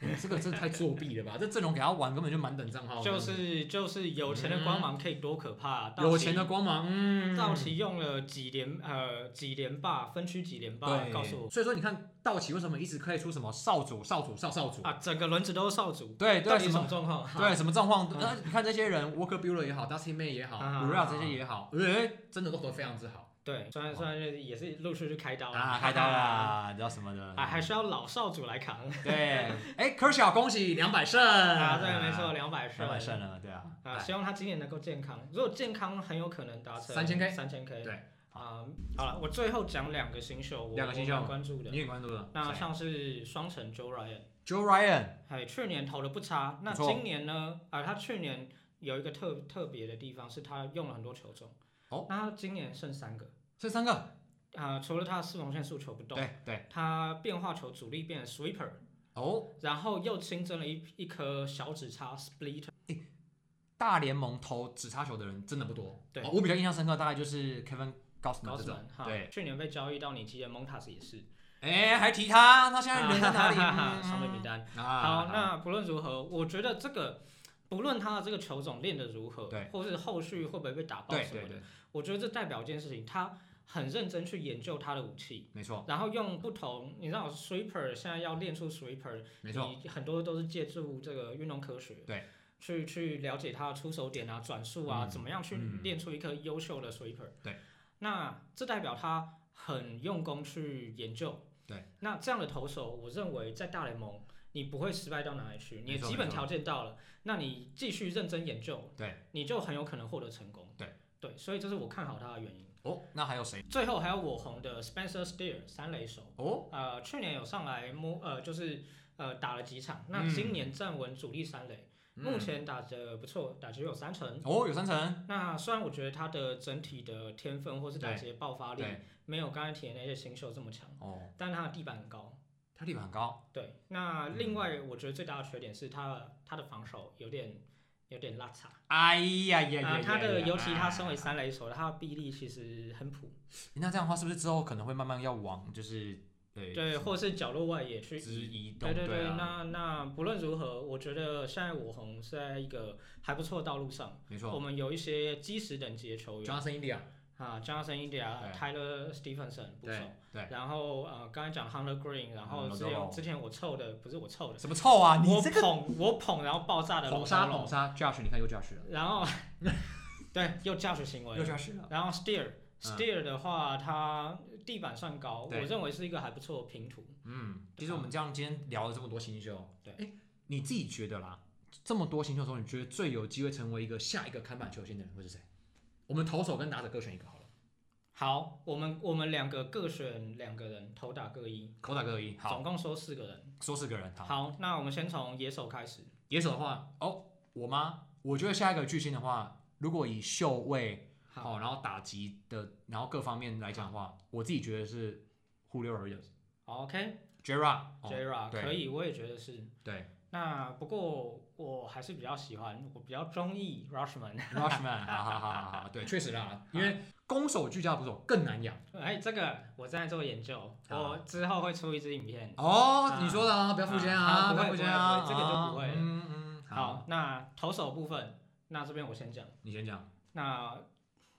Speaker 1: 嗯这个真的太作弊了吧？这阵容给他玩根本就满等账号，
Speaker 2: 就
Speaker 1: 真
Speaker 2: 是就是有钱的光芒可以多可怕，啊
Speaker 1: 的
Speaker 2: 道
Speaker 1: 有
Speaker 2: 奇
Speaker 1: 钱的光芒，嗯，
Speaker 2: 道奇用了几连呃几连霸分区几连霸，
Speaker 1: 对，
Speaker 2: 告诉
Speaker 1: 所以说你看道奇为什么一直可以出什么少主、少主、少少主
Speaker 2: 我，啊，整个轮子都是少主，
Speaker 1: 对
Speaker 2: 到
Speaker 1: 对
Speaker 2: 底
Speaker 1: 什
Speaker 2: 什
Speaker 1: 么
Speaker 2: 么状况？
Speaker 1: 对，什么状况？
Speaker 2: 嗯
Speaker 1: 那、你看这些人，Walker Bueller 也好，Dusty May 也好
Speaker 2: 啊
Speaker 1: ，Ura 这些也好，哎、真的都活得非常之好
Speaker 2: 对，虽然虽然就是也是陆续去开刀
Speaker 1: 哦啊，开刀，啦，你知道什么的？
Speaker 2: 还啊还是要老少主来扛
Speaker 1: 对，哎、科小恭喜两百胜
Speaker 2: 啊，对，没错，，两百
Speaker 1: 两百胜
Speaker 2: 胜
Speaker 1: 了，对啊，
Speaker 2: 啊，
Speaker 1: 哎
Speaker 2: 希望他今年能够健康，如果健康很有可能达成
Speaker 1: 3000K
Speaker 2: 三千 K，
Speaker 1: 对，
Speaker 2: 啊，好了，我最后讲两个新秀，我
Speaker 1: 两个新
Speaker 2: 我
Speaker 1: 秀
Speaker 2: 蛮关注的
Speaker 1: 你。也关注了，
Speaker 2: 那
Speaker 1: 谁
Speaker 2: 像是双城 Joe Ryan，
Speaker 1: Joe Ryan
Speaker 2: 哎，去年投的不差，那
Speaker 1: 不错
Speaker 2: 今年呢？啊、他去年有一个特特别的地方是他用了很多球种，
Speaker 1: 哦，
Speaker 2: 那他今年剩三个，
Speaker 1: 这三个，
Speaker 2: 啊、除了他的四缝线速球不动，
Speaker 1: 对对，
Speaker 2: 他变化球主力变成 sweeper，
Speaker 1: 哦，
Speaker 2: 然后又新增了一一颗小指叉 splitter，
Speaker 1: 大联盟投直插球的人真的不多，
Speaker 2: 对
Speaker 1: 哦我比较印象深刻大概就是 Kevin Gausman
Speaker 2: 高
Speaker 1: 哦这
Speaker 2: 斯
Speaker 1: 种，
Speaker 2: 曼哈，
Speaker 1: 对，
Speaker 2: 去年被交易到你记得 Montas 也是，
Speaker 1: 哎、还提他，他现在人在哪里？
Speaker 2: 上面名单。
Speaker 1: 啊，
Speaker 2: 好，那不论如何，我觉得这个不论他的这个球种练得如何，
Speaker 1: 对
Speaker 2: 或是后续会不会被打爆
Speaker 1: 对
Speaker 2: 什么
Speaker 1: 对
Speaker 2: 的，
Speaker 1: 对，
Speaker 2: 我觉得这代表一件事情，他很认真去研究他的武器，
Speaker 1: 没错
Speaker 2: 然后用不同，你知道 sweeper 现在要练出 sweeper，
Speaker 1: 没错，
Speaker 2: 你很多都是借助这个运动科学，
Speaker 1: 对，
Speaker 2: 去去了解他的出手点啊、转速啊，
Speaker 1: 嗯
Speaker 2: 怎么样去
Speaker 1: 嗯
Speaker 2: 练出一颗优秀的 sweeper，
Speaker 1: 对，
Speaker 2: 那这代表他很用功去研究，
Speaker 1: 对，
Speaker 2: 那这样的投手，我认为在大联盟。你不会失败到哪里去，你
Speaker 1: 没
Speaker 2: 的
Speaker 1: 错
Speaker 2: 基本
Speaker 1: 没错
Speaker 2: 条件到了，那你继续认真研究，
Speaker 1: 对，
Speaker 2: 你就很有可能获得成功，
Speaker 1: 对
Speaker 2: 对，所以这是我看好他的原因。
Speaker 1: 哦，那还有谁？
Speaker 2: 最后还有我红的 Spencer Steer 三垒手，
Speaker 1: 哦，
Speaker 2: 呃，去年有上来摸，呃，就是呃打了几场，那
Speaker 1: 嗯
Speaker 2: 今年站稳主力三垒，
Speaker 1: 嗯
Speaker 2: 目前打得不错，打击有三成。
Speaker 1: 哦，有三层，
Speaker 2: 那虽然我觉得他的整体的天分或是打击的爆发力
Speaker 1: 对，
Speaker 2: 没有刚才提的那些新秀这么强，
Speaker 1: 哦，
Speaker 2: 但他的地板很高。
Speaker 1: 他地板很高，
Speaker 2: 对，那
Speaker 1: 嗯
Speaker 2: 另外我觉得最大的缺点是他的他的防守有点有点拉差。
Speaker 1: 哎呀呀呀
Speaker 2: 啊，
Speaker 1: 呀
Speaker 2: 他的
Speaker 1: 呀
Speaker 2: 尤其他身
Speaker 1: 哎
Speaker 2: 为三垒手，他的臂力其实很普，
Speaker 1: 那这样的话，是不是之后可能会慢慢要往就是对
Speaker 2: 对，或是角落外野去
Speaker 1: 之
Speaker 2: 移。
Speaker 1: 移动？
Speaker 2: 对对对，
Speaker 1: 啊
Speaker 2: 那那不论如何，我觉得现在我红是在一个还不错的道路上。
Speaker 1: 没
Speaker 2: 我
Speaker 1: 错。
Speaker 2: 们有一些基石等级的球员
Speaker 1: Johnson India，
Speaker 2: 啊，Johnson India、
Speaker 1: 对
Speaker 2: Tyler Stevenson 捕手
Speaker 1: 对，对，
Speaker 2: 然后呃，刚才讲 Hunter Green，然后
Speaker 1: 嗯
Speaker 2: 之
Speaker 1: ，Lodolo
Speaker 2: 前之前我凑的不是我凑的，
Speaker 1: 什么臭啊！你
Speaker 2: 我
Speaker 1: 这个
Speaker 2: 捧我捧然后爆炸的
Speaker 1: 捧
Speaker 2: 龙
Speaker 1: 杀
Speaker 2: 沙
Speaker 1: 捧
Speaker 2: 龙，
Speaker 1: 杀，Josh，你看又 Josh 了，
Speaker 2: 然后对又教学行为
Speaker 1: 又，Josh 了。
Speaker 2: 然后 Steer。
Speaker 1: 嗯
Speaker 2: Steer 的话，它地板算高，我
Speaker 1: 对
Speaker 2: 认为是一个还不错的拼图。
Speaker 1: 嗯，其实我们这样今天聊了这么多新秀，
Speaker 2: 对
Speaker 1: 哎，你自己觉得啦，这么多新秀中，你觉得最有机会成为一个下一个看板球星的人会是谁？我们投手跟打者各选一个好了，
Speaker 2: 好，我们我们两个各选两个人，头打各一，
Speaker 1: 口打各一，好，
Speaker 2: 总共说四个人。
Speaker 1: 说四个人，好。
Speaker 2: 好，那我们先从野手开始。
Speaker 1: 野手的话，哦，我吗？我觉得下一个巨星的话，如果以秀位
Speaker 2: 好，
Speaker 1: 好、然后打击的，然后各方面来讲的话，我自己觉得是忽略而已。
Speaker 2: 好 OK，Jera、
Speaker 1: j e r a
Speaker 2: Jera，
Speaker 1: 对
Speaker 2: 可以，我也觉得是。
Speaker 1: 对
Speaker 2: 那不过我还是比较喜欢，我比较中意 Rushman。
Speaker 1: ，Rushman，好好好好好，对，确实啦，因为攻守俱佳的捕手更难养。
Speaker 2: 哎，这个我正在做研究，
Speaker 1: 好
Speaker 2: 我之后会出一支影片。
Speaker 1: 哦，
Speaker 2: 啊
Speaker 1: 你说的啊，不要付钱
Speaker 2: 啊
Speaker 1: 啊，
Speaker 2: 不
Speaker 1: 要
Speaker 2: 会
Speaker 1: 付钱啊，
Speaker 2: 不会不会这个就不会
Speaker 1: 啊嗯嗯，
Speaker 2: 好，那投手部分，那这边我先讲。
Speaker 1: 你先讲。
Speaker 2: 那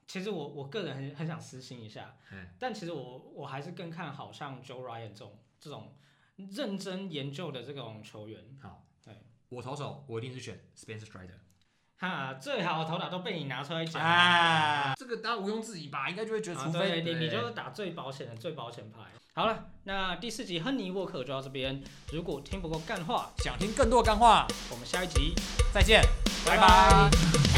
Speaker 2: 其实我我个人很很想私心一下，
Speaker 1: 嗯
Speaker 2: 但其实我我还是更看好像 Joe Ryan 这种这种认真研究的这种球员。
Speaker 1: 好，
Speaker 2: 对，
Speaker 1: 我投手，我一定是选 Spencer Strider。
Speaker 2: 哈，最好的投打都被你拿出来讲。
Speaker 1: 哎，这个大家毋庸置疑吧，应该就会觉得，
Speaker 2: 啊
Speaker 1: 除非
Speaker 2: 对你你就是打最保险的最保险牌。好了，那第四集亨尼沃克就到这边。如果听不够干话，
Speaker 1: 想听更多干话，
Speaker 2: 我们下一集
Speaker 1: 再见，拜
Speaker 2: 拜拜
Speaker 1: 拜